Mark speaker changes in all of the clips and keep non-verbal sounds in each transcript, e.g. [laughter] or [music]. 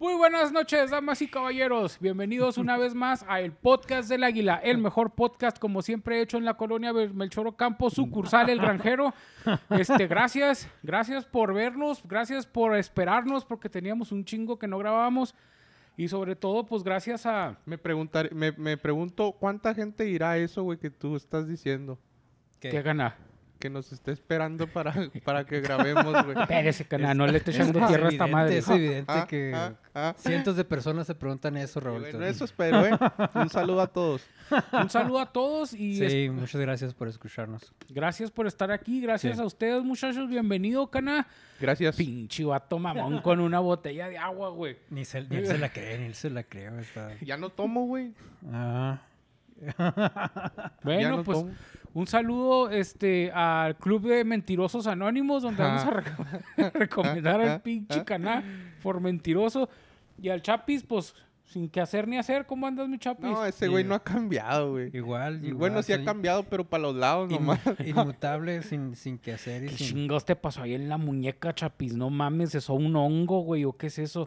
Speaker 1: Muy buenas noches, damas y caballeros. Bienvenidos una vez más a el podcast del Águila, el mejor podcast como siempre hecho en la colonia Melchor Campo, sucursal El Granjero. Este, gracias, gracias por vernos, gracias por esperarnos porque teníamos un chingo que no grabábamos y sobre todo pues gracias a
Speaker 2: Me, preguntar, me, me pregunto cuánta gente irá a eso, güey, que tú estás diciendo.
Speaker 1: ¿Qué, gana?
Speaker 2: Que nos esté esperando para, para que grabemos, güey.
Speaker 1: Pégase, cana, no le esté
Speaker 3: Es-
Speaker 1: echando
Speaker 3: es
Speaker 1: tierra a esta
Speaker 3: evidente,
Speaker 1: madre.
Speaker 3: Es evidente
Speaker 2: Ah,
Speaker 3: que
Speaker 2: ah, ah.
Speaker 3: cientos de personas se preguntan eso, Raúl.
Speaker 2: Bueno,
Speaker 3: entonces-
Speaker 2: eso espero, ¿eh? Un saludo a todos.
Speaker 1: Un saludo a todos y es-
Speaker 3: Sí, muchas gracias por escucharnos.
Speaker 1: gracias por estar aquí, gracias
Speaker 3: Sí.
Speaker 1: a ustedes muchachos, bienvenido, cana.
Speaker 2: Gracias.
Speaker 1: Pinche vato
Speaker 3: [laughs]
Speaker 1: mamón con una botella de agua, güey.
Speaker 3: Ni, se, ni él se la cree, ni él se la cree. güey, está-
Speaker 2: Ya no tomo, güey.
Speaker 3: Ah.
Speaker 1: Bueno,
Speaker 2: no
Speaker 1: pues
Speaker 2: tomo.
Speaker 1: un saludo este, al Club de Mentirosos Anónimos, donde vamos
Speaker 2: [laughs]
Speaker 1: a reco- [laughs] recomendar al pinche caná por mentiroso. Y al Chapis, pues, sin que hacer ni hacer, ¿cómo andas, mi Chapis?
Speaker 2: No, ese güey no ha cambiado, güey.
Speaker 3: Igual.
Speaker 2: Y Bueno,
Speaker 3: igual,
Speaker 2: sí ha
Speaker 3: soy
Speaker 2: cambiado, pero para los lados
Speaker 3: inmu-
Speaker 2: nomás.
Speaker 3: Inmutable, sin, sin que hacer y
Speaker 1: ¿Qué
Speaker 3: sin-
Speaker 1: chingados te pasó ahí en la muñeca, Chapis? No mames, eso un hongo, güey, o qué es eso.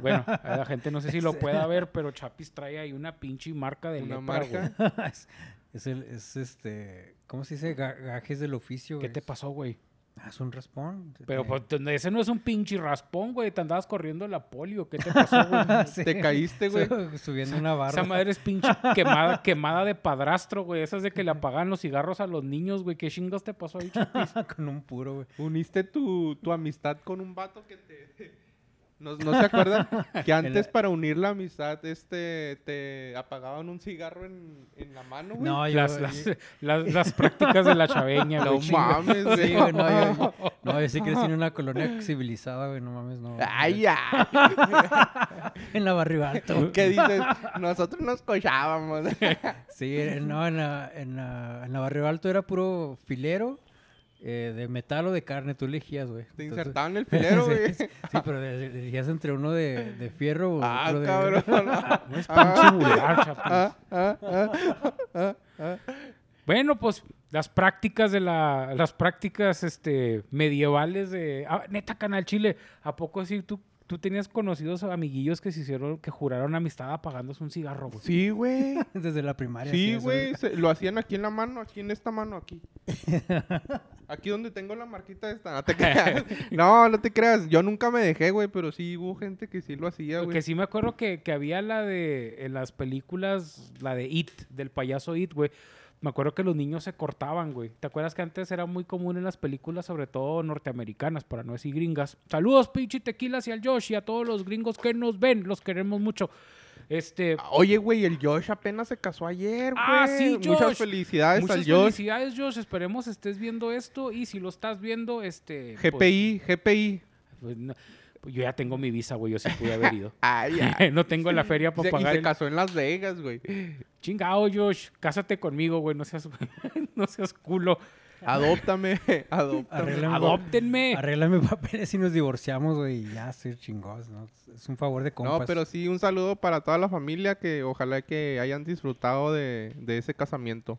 Speaker 1: Bueno, a la gente no sé si
Speaker 2: [laughs]
Speaker 1: lo pueda ver, pero Chapis trae ahí una pinche marca de
Speaker 2: Una
Speaker 1: lepra, güey.
Speaker 2: marca.
Speaker 3: [laughs] es, es el, es este, ¿cómo se dice? Ga- Gajes del oficio.
Speaker 1: ¿Qué
Speaker 3: güey.
Speaker 1: te pasó, güey?
Speaker 3: Ah, es un raspón. Eh, Se
Speaker 1: Pero
Speaker 3: te-
Speaker 1: pues, ese no es un pinche raspón, güey. Te andabas corriendo la polio. ¿Qué te pasó, güey?
Speaker 3: Sí.
Speaker 2: Te caíste, güey.
Speaker 3: Sub- [laughs] Subiendo una barra.
Speaker 1: Esa madre es
Speaker 2: [laughs]
Speaker 1: pinche quemada, quemada de padrastro, güey. Esas de que le apagan los cigarros a los niños, güey. ¿Qué chingas te pasó ahí, Chapis?
Speaker 3: [laughs] con un puro, güey.
Speaker 2: Uniste tu, tu amistad con un vato que te... [laughs] No, no se
Speaker 3: [laughs]
Speaker 2: acuerdan que antes para unir la amistad este te apagaban un cigarro en, en la mano, güey.
Speaker 3: No, yo, eh,
Speaker 1: Las, las, las- las prácticas de la chaveña,
Speaker 2: eh, No
Speaker 1: güey. chinga.
Speaker 2: mames,
Speaker 3: Sí,
Speaker 2: güey.
Speaker 3: güey, no, yo,
Speaker 2: [laughs]
Speaker 3: no, yo sí crecí en una colonia civilizada, güey, no mames, no.
Speaker 2: Ay, ya. [laughs]
Speaker 3: En la barrio alto.
Speaker 2: ¿Qué dices? Nosotros nos cochábamos. [laughs]
Speaker 3: Sí, eh, no, en la, en, la, en la barrio alto era puro filero eh, de metal o de carne, tú elegías, güey.
Speaker 2: Te
Speaker 3: Entonces-
Speaker 2: insertaban el filero, güey.
Speaker 3: [laughs] sí, sí, pero de- de- elegías entre uno de, de fierro o
Speaker 2: Ah,
Speaker 3: otro de...
Speaker 2: cabrón. [laughs]
Speaker 1: No es pinche vulgar, Chapis.
Speaker 2: Ah, ah, ah.
Speaker 1: Bueno, pues las prácticas de la, las prácticas este, medievales de. Ah, neta, Canal Chile, ¿a poco sí tú, tú tenías conocidos amiguillos que se hicieron, que juraron amistad apagándose un cigarro, güey?
Speaker 2: Sí, güey.
Speaker 3: [laughs] Desde la primaria.
Speaker 2: Sí,
Speaker 3: hacía eso,
Speaker 2: güey. se- Lo hacían aquí en la mano, aquí en esta
Speaker 1: [laughs]
Speaker 2: mano, aquí. Aquí donde tengo la marquita esta. No te
Speaker 1: [laughs]
Speaker 2: creas. No, no te creas. Yo nunca me dejé, güey, pero sí hubo gente que sí lo hacía,
Speaker 1: Porque
Speaker 2: güey.
Speaker 1: sí me acuerdo que, que había la de, en las películas, la de It, del payaso It, güey. Me acuerdo que los niños se cortaban, güey. ¿Te acuerdas que antes era muy común en las películas, sobre todo norteamericanas, para no decir gringas? Saludos, pinche tequilas y al Josh y a todos los gringos que nos ven. Los queremos mucho. Este,
Speaker 2: Oye, güey, el Josh apenas se casó ayer, güey.
Speaker 1: Ah, sí, Josh.
Speaker 2: Muchas felicidades
Speaker 1: muchas
Speaker 2: al Ah, Josh.
Speaker 1: felicidades, Josh. Esperemos estés viendo esto y si lo estás viendo, este... pues,
Speaker 2: GPI, GPI.
Speaker 1: pues, no- pues yo ya tengo mi visa, güey. Yo sí pude
Speaker 2: [laughs]
Speaker 1: haber ido. [laughs]
Speaker 2: Ay, ay.
Speaker 1: no tengo la feria
Speaker 2: Se-
Speaker 1: para
Speaker 2: y
Speaker 1: pagar
Speaker 2: se
Speaker 1: el-
Speaker 2: casó en Las Vegas,
Speaker 1: [laughs]
Speaker 2: güey.
Speaker 1: Chingao, Josh, cásate conmigo, güey, no seas, [laughs] no seas culo.
Speaker 2: Adóptame, [laughs] adóptame.
Speaker 3: Arréglame,
Speaker 1: Adóptenme.
Speaker 3: Arréglame [laughs] papeles y nos divorciamos, güey, y ya, sí, chingos, ¿no? Es un favor de compas.
Speaker 2: No, pero sí, un saludo para toda la familia que ojalá que hayan disfrutado de, de ese casamiento.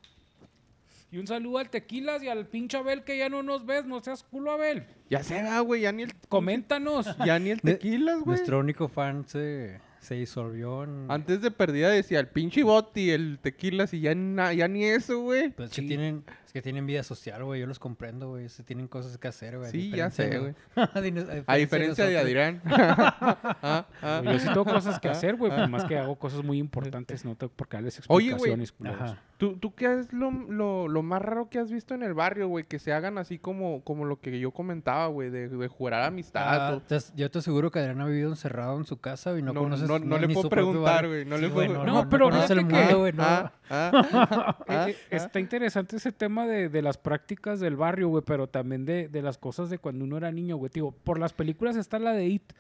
Speaker 1: Y un saludo al Tequilas y al pinche Abel que ya no nos ves, no seas culo, Abel.
Speaker 2: Ya se va, güey, ya ni el,
Speaker 1: Coméntanos.
Speaker 2: ya ni el
Speaker 3: Ne-
Speaker 2: tequilas, güey.
Speaker 3: Nuestro único fan se, se disolvió en...
Speaker 2: Antes de perdida decía el pinche boti, el tequilas y ya, na- ya ni eso, güey.
Speaker 3: Pues es que
Speaker 1: Sí.
Speaker 3: tienen, es que tienen vida social, güey. Yo los comprendo, güey. Se tienen cosas que hacer, güey. a
Speaker 2: Sí, ya
Speaker 3: diferencia
Speaker 2: sé,
Speaker 3: de-
Speaker 2: güey.
Speaker 3: [laughs] a dino-
Speaker 2: A diferencia de
Speaker 3: nosotros.
Speaker 2: Adrián.
Speaker 3: [laughs]
Speaker 2: Ah, ah.
Speaker 1: Yo sí tengo cosas que hacer, güey, por más que hago cosas muy importantes, no tengo por qué darles
Speaker 2: Oye, güey.
Speaker 1: explicaciones,
Speaker 2: pues,
Speaker 1: culeros.
Speaker 3: Ajá.
Speaker 2: ¿Tú, tú qué es lo, lo, lo más raro que has visto en el barrio, güey? Que se hagan así como, como lo que yo comentaba, güey, de, de jurar amistad.
Speaker 3: Ah,
Speaker 2: o-
Speaker 3: te- yo te aseguro que Adrián ha vivido encerrado en su casa y no,
Speaker 2: No,
Speaker 3: conoces
Speaker 2: no- no le
Speaker 3: ni
Speaker 2: puedo
Speaker 3: su propio
Speaker 2: preguntar,
Speaker 3: barrio.
Speaker 2: güey, no le puedo-
Speaker 3: güey,
Speaker 2: No,
Speaker 3: no, no
Speaker 1: pero
Speaker 3: conoce el
Speaker 1: fíjate que-
Speaker 3: mundo, güey. No.
Speaker 2: Ah,
Speaker 3: [laughs]
Speaker 2: ah, ah,
Speaker 1: Eh, eh, Está interesante ese tema de, de las prácticas del barrio, güey, pero también de, de las cosas de cuando uno era niño, güey. Digo, por las películas está la de It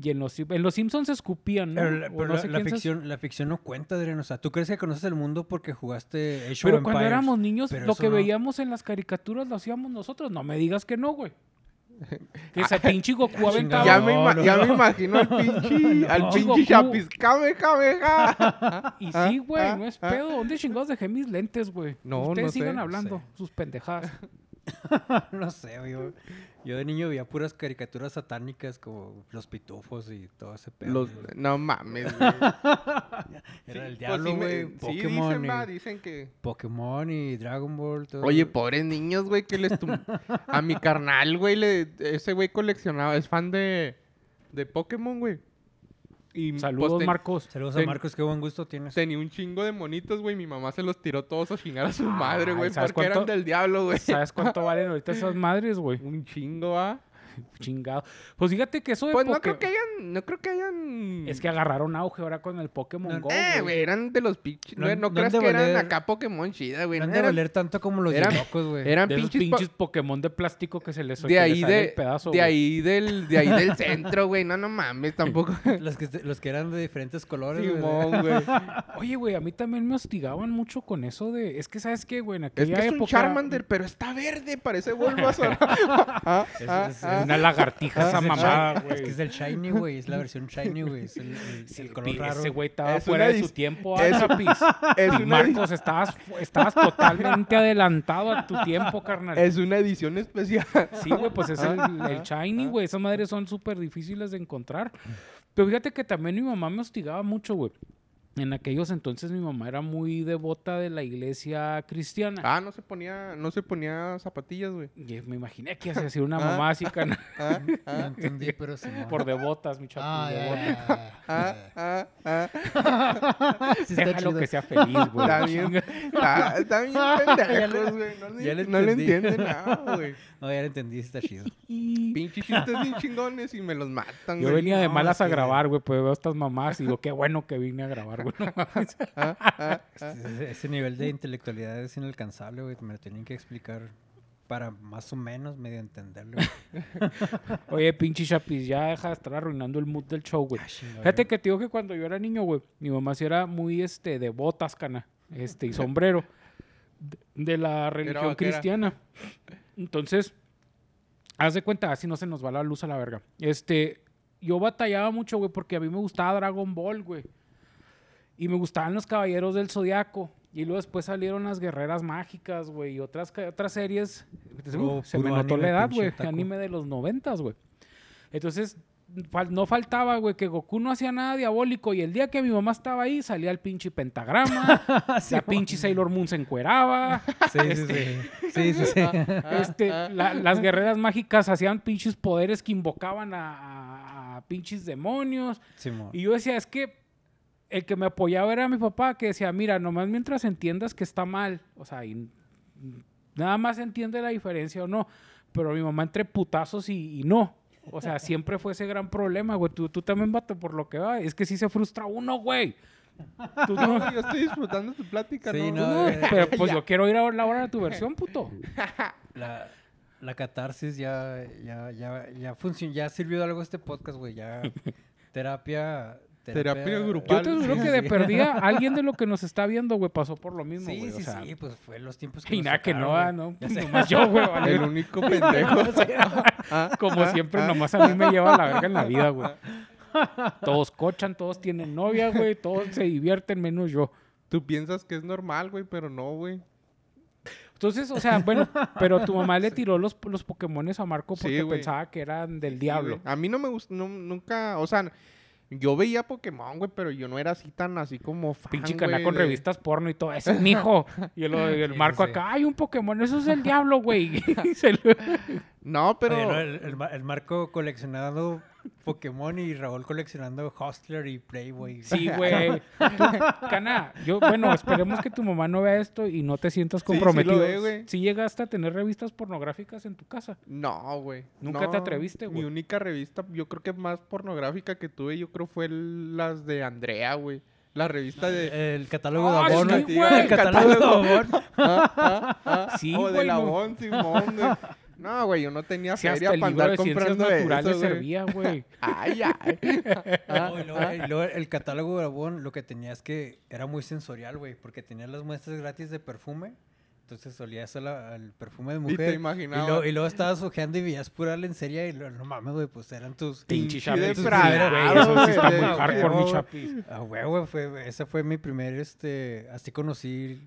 Speaker 1: y en los, Sim- en los Simpsons se escupían, ¿no?
Speaker 3: Pero, la,
Speaker 1: O
Speaker 3: pero
Speaker 1: no
Speaker 3: la-
Speaker 1: sé
Speaker 3: la
Speaker 1: quién se-
Speaker 3: ficción, la ficción no cuenta, Adrián. O sea, tú crees que conoces el mundo porque jugaste Age of
Speaker 1: Pero cuando
Speaker 3: Empires? [laughs]
Speaker 1: éramos niños,
Speaker 3: pero
Speaker 1: lo
Speaker 3: eso
Speaker 1: que
Speaker 3: no-
Speaker 1: veíamos en las caricaturas lo hacíamos nosotros. No me digas que no,
Speaker 2: [laughs]
Speaker 1: güey. Que
Speaker 2: Ah,
Speaker 1: ese pinche Goku aventaba.
Speaker 2: Ya, me, ima-
Speaker 3: no,
Speaker 2: ya
Speaker 3: no.
Speaker 2: me imagino al
Speaker 3: [laughs]
Speaker 2: pinche, al
Speaker 1: Chico,
Speaker 2: pinche
Speaker 1: cu-
Speaker 2: chapis. ¡Came, came, ja!
Speaker 1: Y sí, güey,
Speaker 2: Ah,
Speaker 1: no es
Speaker 2: ah.
Speaker 1: pedo. ¿Dónde chingados dejé mis lentes, güey?
Speaker 2: No,
Speaker 1: Ustedes
Speaker 2: no sé,
Speaker 1: sigan
Speaker 2: no [laughs]
Speaker 1: hablando
Speaker 3: sé.
Speaker 1: sus pendejadas.
Speaker 3: no sé, güey. Yo, Yo de niño veía puras caricaturas satánicas como los pitufos y todo ese pedo.
Speaker 2: Los-
Speaker 3: güey.
Speaker 2: no mames, güey.
Speaker 3: Era el
Speaker 2: pues
Speaker 3: diablo,
Speaker 2: sí me-
Speaker 3: güey.
Speaker 2: sí,
Speaker 3: Pokémon,
Speaker 2: dicen, va,
Speaker 3: y,
Speaker 2: dicen que...
Speaker 3: Pokémon y Dragon Ball. Todo.
Speaker 2: Oye, pobres niños, güey, que les tum- A mi carnal, güey, le- ese güey coleccionaba, es fan de, de Pokémon, güey. Y pues,
Speaker 1: Saludos,
Speaker 2: ten-
Speaker 1: Marcos.
Speaker 3: Saludos a
Speaker 2: ten-
Speaker 3: Marcos, qué buen gusto tienes.
Speaker 2: Tenía un chingo de monitos, güey. Mi mamá se los tiró todos a chingar a su
Speaker 1: Ay,
Speaker 2: madre, güey,
Speaker 1: ¿sabes
Speaker 2: porque eran
Speaker 1: cuánto?
Speaker 2: del diablo, güey.
Speaker 1: ¿Sabes cuánto valen ahorita esas madres, güey?
Speaker 2: Un chingo, ¿ah?
Speaker 1: Chingado. Pues fíjate que eso de
Speaker 2: Pues no
Speaker 1: Poké-
Speaker 2: creo que hayan, no creo que hayan...
Speaker 1: Es que agarraron auge ahora con el Pokémon
Speaker 3: No,
Speaker 1: Go.
Speaker 2: Eh, güey, eran de los pinches...
Speaker 3: No
Speaker 2: No,
Speaker 3: han-
Speaker 2: no
Speaker 3: no han
Speaker 2: creas
Speaker 3: de
Speaker 2: que eran
Speaker 3: valer-
Speaker 2: acá Pokémon chida, güey.
Speaker 3: no han de
Speaker 2: eran-
Speaker 3: valer tanto como los
Speaker 2: eran-
Speaker 3: de locos, güey.
Speaker 2: eran
Speaker 1: De esos
Speaker 2: pinches, po-
Speaker 1: pinches Pokémon de plástico que se les que
Speaker 2: de
Speaker 1: les
Speaker 2: ahí
Speaker 1: sale
Speaker 2: de,
Speaker 1: el pedazo,
Speaker 2: de
Speaker 1: güey.
Speaker 2: ahí del de ahí
Speaker 1: [laughs]
Speaker 2: del centro, güey. No, no mames, tampoco.
Speaker 3: [laughs] Los que, los que eran de diferentes colores. güey, de-
Speaker 2: Simón, güey.
Speaker 1: [laughs] Oye, güey, a mí también me hostigaban mucho con eso de... Es que, ¿sabes qué, güey? En
Speaker 2: Es que
Speaker 1: aquella
Speaker 2: es un
Speaker 1: época...
Speaker 2: Charmander, pero está
Speaker 1: [laughs]
Speaker 2: verde, parece Bulbasaur. Ah, ah,
Speaker 3: es-
Speaker 1: Es
Speaker 3: es
Speaker 2: ah.
Speaker 1: una lagartija
Speaker 3: Ah,
Speaker 1: esa
Speaker 3: es el
Speaker 1: mamada,
Speaker 3: shi- [laughs] Es que
Speaker 1: güey.
Speaker 3: es el shiny, güey. Es la versión shiny, güey. Es el,
Speaker 1: [laughs]
Speaker 3: el-
Speaker 1: Sí,
Speaker 3: el
Speaker 1: pi-
Speaker 3: color raro.
Speaker 1: Ese güey estaba
Speaker 2: Es
Speaker 1: fuera
Speaker 2: una
Speaker 1: de su
Speaker 2: dis-
Speaker 1: tiempo,
Speaker 2: es-
Speaker 1: Atrapis.
Speaker 2: [laughs] ah. Es
Speaker 1: Y
Speaker 2: una, edi-
Speaker 1: Marcos, estabas, fu- estabas
Speaker 2: [laughs]
Speaker 1: totalmente adelantado a tu tiempo, carnal.
Speaker 2: es una edición especial. [laughs]
Speaker 1: Sí, güey, pues es el, el shiny, güey. Esas madres son súper difíciles de encontrar. Pero fíjate que también mi mamá me hostigaba mucho, güey. En aquellos entonces mi mamá era muy devota de la iglesia cristiana.
Speaker 2: Ah, no se ponía, no se ponía zapatillas, güey.
Speaker 1: Y me imaginé que hacía así una
Speaker 2: Ah.
Speaker 1: mamá así, carnal,
Speaker 2: Ah,
Speaker 4: No
Speaker 2: ah,
Speaker 4: entendí, pero sí.
Speaker 1: [laughs]
Speaker 3: [laughs]
Speaker 1: por devotas, mi chapo.
Speaker 4: Ah, ya,
Speaker 1: devota.
Speaker 4: ya, ya,
Speaker 2: ah,
Speaker 4: ya.
Speaker 2: ah, ah.
Speaker 4: Sí está
Speaker 1: Déjalo
Speaker 4: chido.
Speaker 1: que sea feliz, güey.
Speaker 2: Está bien, está, Ah,
Speaker 1: [laughs]
Speaker 2: está bien pendejos, güey. No, le,
Speaker 3: ya le
Speaker 2: no le
Speaker 3: entendí.
Speaker 2: entienden
Speaker 1: [laughs]
Speaker 2: nada, güey.
Speaker 3: No, ya lo
Speaker 2: [laughs]
Speaker 3: entendí, está chido.
Speaker 2: Pinches chistes bien chingones y me los matan,
Speaker 1: Yo
Speaker 2: güey.
Speaker 1: venía de
Speaker 3: no,
Speaker 1: malas
Speaker 3: es
Speaker 1: a
Speaker 3: que-
Speaker 1: grabar, güey, pues veo estas mamás y digo, qué bueno que vine a grabar, güey. [laughs] no mames.
Speaker 2: Ah, ah, ah.
Speaker 3: Ese, ese nivel de intelectualidad es inalcanzable, güey. Me lo tenían que explicar para más o menos medio entenderlo.
Speaker 1: [laughs]
Speaker 3: güey.
Speaker 1: Oye, pinche Chapis, ya deja de estar arruinando el mood del show, güey.
Speaker 3: Ah, chinga,
Speaker 1: Fíjate
Speaker 3: [laughs] güey.
Speaker 1: que te digo que cuando yo era niño, güey, mi mamá sí era muy este, de botas, cana, este, y sombrero, de, de la religión
Speaker 2: vaquera.
Speaker 1: cristiana. Entonces, haz de cuenta, así no se nos va la luz a la verga. Este, yo batallaba mucho, güey, porque a mí me gustaba Dragon Ball, güey. Y me gustaban los Caballeros del Zodiaco. Y luego después salieron las Guerreras Mágicas, güey, y otras, ca- otras series.
Speaker 3: Puro-
Speaker 1: se me
Speaker 3: puro
Speaker 1: notó la
Speaker 3: anime,
Speaker 1: edad,
Speaker 3: pinche
Speaker 1: güey.
Speaker 3: otaku.
Speaker 1: Anime de los noventas, güey. Entonces, fal- no faltaba, güey, que Goku no hacía nada diabólico. Y el día que mi mamá estaba ahí, salía el pinche pentagrama.
Speaker 3: [laughs] Ah, Sí,
Speaker 1: la pinche Sailor Moon se
Speaker 3: [laughs]
Speaker 1: encueraba.
Speaker 3: Sí, sí, sí. Sí, sí, sí.
Speaker 2: Ah.
Speaker 3: [laughs]
Speaker 1: Este,
Speaker 3: Ah,
Speaker 1: la- las guerreras mágicas hacían pinches poderes que invocaban a, a- a pinches demonios.
Speaker 3: Simón.
Speaker 1: Y yo decía, es que el que me apoyaba era mi papá, que decía, mira, nomás mientras entiendas que está mal, o sea, y n- nada más entiende la diferencia o no. Pero mi mamá entre putazos y, y no. O sea, siempre fue ese gran problema, güey. Tú, tú también, vato, por lo que va. Es que sí se frustra uno, güey. [laughs] Tú
Speaker 3: [laughs]
Speaker 1: no-
Speaker 2: Yo estoy disfrutando tu plática,
Speaker 3: Sí,
Speaker 2: ¿no?
Speaker 3: no,
Speaker 1: no,
Speaker 3: eh,
Speaker 1: pero pues yo quiero ir a la hora de tu versión, puto.
Speaker 3: La, la catarsis ya, ya, ya, ya funcionó. Ya sirvió de algo este podcast, güey. Ya [laughs] terapia.
Speaker 2: Terapia grupal.
Speaker 1: Yo te
Speaker 2: Sí,
Speaker 1: juro que
Speaker 3: sí,
Speaker 1: de
Speaker 3: [laughs] sí.
Speaker 1: perdida alguien de lo que nos está viendo, güey, pasó por lo mismo,
Speaker 3: Sí,
Speaker 1: güey.
Speaker 3: sí,
Speaker 1: o sea,
Speaker 3: sí, pues fue los tiempos que
Speaker 1: Y
Speaker 3: nos
Speaker 1: nada que no,
Speaker 3: tocaron,
Speaker 1: ah,
Speaker 3: güey.
Speaker 1: no.
Speaker 3: [laughs] Ya sé.
Speaker 1: Nomás yo, güey, vale.
Speaker 2: El
Speaker 1: [laughs]
Speaker 2: único pendejo.
Speaker 3: [laughs]
Speaker 2: Ah,
Speaker 1: Como
Speaker 2: ah,
Speaker 1: siempre,
Speaker 2: ah.
Speaker 1: nomás a mí me lleva la verga en la vida,
Speaker 2: [laughs]
Speaker 1: güey. Todos cochan, todos tienen novia, güey, todos se divierten, menos yo.
Speaker 2: Tú piensas que es normal, güey, pero no, güey.
Speaker 1: Entonces, o sea, bueno, pero tu mamá le tiró los, los Pokémones a Marco
Speaker 2: Sí,
Speaker 1: porque
Speaker 2: güey.
Speaker 1: pensaba que eran del
Speaker 2: Diablo.
Speaker 1: diablo.
Speaker 2: a mí no me gusta, nunca, o sea, yo veía Pokémon, güey, pero yo no era así tan así como fan,
Speaker 1: Pinche
Speaker 2: güey,
Speaker 1: cana con
Speaker 2: de-
Speaker 1: revistas porno y todo. Ese es mi hijo. Y
Speaker 2: [laughs]
Speaker 1: el, el
Speaker 3: Sí,
Speaker 1: Marco
Speaker 3: sí, sí.
Speaker 1: acá, hay un Pokémon, eso es el diablo, güey. [laughs] Y se lo-
Speaker 2: No, pero
Speaker 3: Oye, no, el, el Mar- el Marco coleccionando Pokémon y Raúl coleccionando Hostler y Playboy. [laughs]
Speaker 1: Sí,
Speaker 2: [laughs]
Speaker 1: güey. Tú, Cana, yo, bueno, esperemos que tu mamá no vea esto y no te sientas
Speaker 2: Sí, sí lo
Speaker 1: comprometido. Si
Speaker 2: ve, güey.
Speaker 1: llegaste a tener revistas pornográficas en tu casa.
Speaker 2: no, güey.
Speaker 1: Nunca te
Speaker 2: no.
Speaker 1: atreviste, güey.
Speaker 2: Mi única revista, yo creo que más pornográfica que tuve, yo creo fue el- las de Andrea, güey. La revista de...
Speaker 3: El catálogo
Speaker 1: Ah,
Speaker 3: de Avon.
Speaker 1: sí,
Speaker 3: el
Speaker 1: güey.
Speaker 3: el catálogo de
Speaker 2: Catálogo.
Speaker 3: Avon.
Speaker 2: Ah, ah, ah,
Speaker 1: Sí,
Speaker 2: o de
Speaker 1: güey,
Speaker 2: la
Speaker 1: no.
Speaker 2: Bon, Simón, güey. No, güey, yo no tenía
Speaker 1: Si
Speaker 2: feria
Speaker 1: hasta el
Speaker 2: para
Speaker 1: libro
Speaker 2: andar
Speaker 1: de ciencias
Speaker 2: comprando eso,
Speaker 1: naturales
Speaker 2: güey.
Speaker 1: servía,
Speaker 2: [laughs]
Speaker 1: güey.
Speaker 2: Ay,
Speaker 1: [laughs]
Speaker 2: ay. Ah,
Speaker 3: No, y luego- y luego el catálogo de Avon lo que tenía es que era muy sensorial, güey, porque tenía las muestras gratis de perfume. Entonces olías a la- al perfume de
Speaker 2: Ni
Speaker 3: mujer.
Speaker 2: te
Speaker 3: y,
Speaker 2: imaginaba.
Speaker 1: eh,
Speaker 3: luego, y luego estabas ojeando y veías pura lencería y luego, no mames, güey, pues eran tus...
Speaker 1: Pinche
Speaker 2: Pinche
Speaker 1: Chapis,
Speaker 2: depravado,
Speaker 1: güey, Eso sí está
Speaker 2: güey.
Speaker 1: muy hardcore, mi
Speaker 3: Güey.
Speaker 1: Chapis.
Speaker 3: Ah, güey, güey, fue, ese fue mi primer, este, así conocí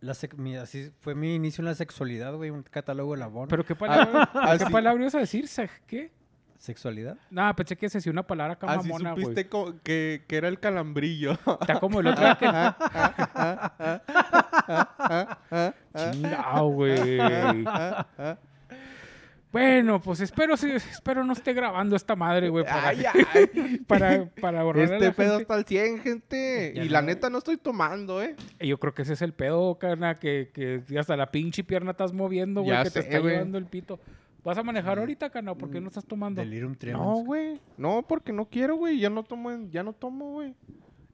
Speaker 3: la sec- mi- así fue mi inicio en la sexualidad, güey, un catálogo de labor.
Speaker 1: ¿Pero qué palabra,
Speaker 2: Ah,
Speaker 1: ¿qué
Speaker 2: sí.
Speaker 1: palabra ibas a decir? ¿Sej- ¿Qué?
Speaker 3: ¿Sexualidad?
Speaker 1: Nada, pensé que se hacía una palabra acá
Speaker 2: Así
Speaker 1: mamona, güey.
Speaker 2: supiste co- que, que era
Speaker 1: [laughs]
Speaker 2: el calambrillo.
Speaker 1: Está como el otro día
Speaker 2: [laughs] Ah,
Speaker 1: que... ah,
Speaker 2: ah,
Speaker 1: Chingao, güey. Bueno, pues espero, sí- espero no esté grabando esta madre, güey, para,
Speaker 2: Ay, ay.
Speaker 1: para, para
Speaker 2: [laughs]
Speaker 1: borrar a la
Speaker 2: Este pedo
Speaker 1: gente.
Speaker 2: está al 100, gente.
Speaker 3: Ya
Speaker 2: y la
Speaker 3: no.
Speaker 2: neta no estoy tomando, ¿eh?
Speaker 1: Y Yo creo que ese es el pedo, carna, que, que hasta la pinche pierna estás moviendo, güey,
Speaker 2: Ya
Speaker 1: que
Speaker 2: sé,
Speaker 1: te está
Speaker 2: güey. Mm.
Speaker 1: llevando el pito. ¿Vas a manejar ahorita, carna? ¿Por qué no estás tomando?
Speaker 3: Delirium
Speaker 2: No,
Speaker 3: tremens.
Speaker 2: güey. No, porque no quiero, güey. Ya no tomo, en- ya no tomo, güey.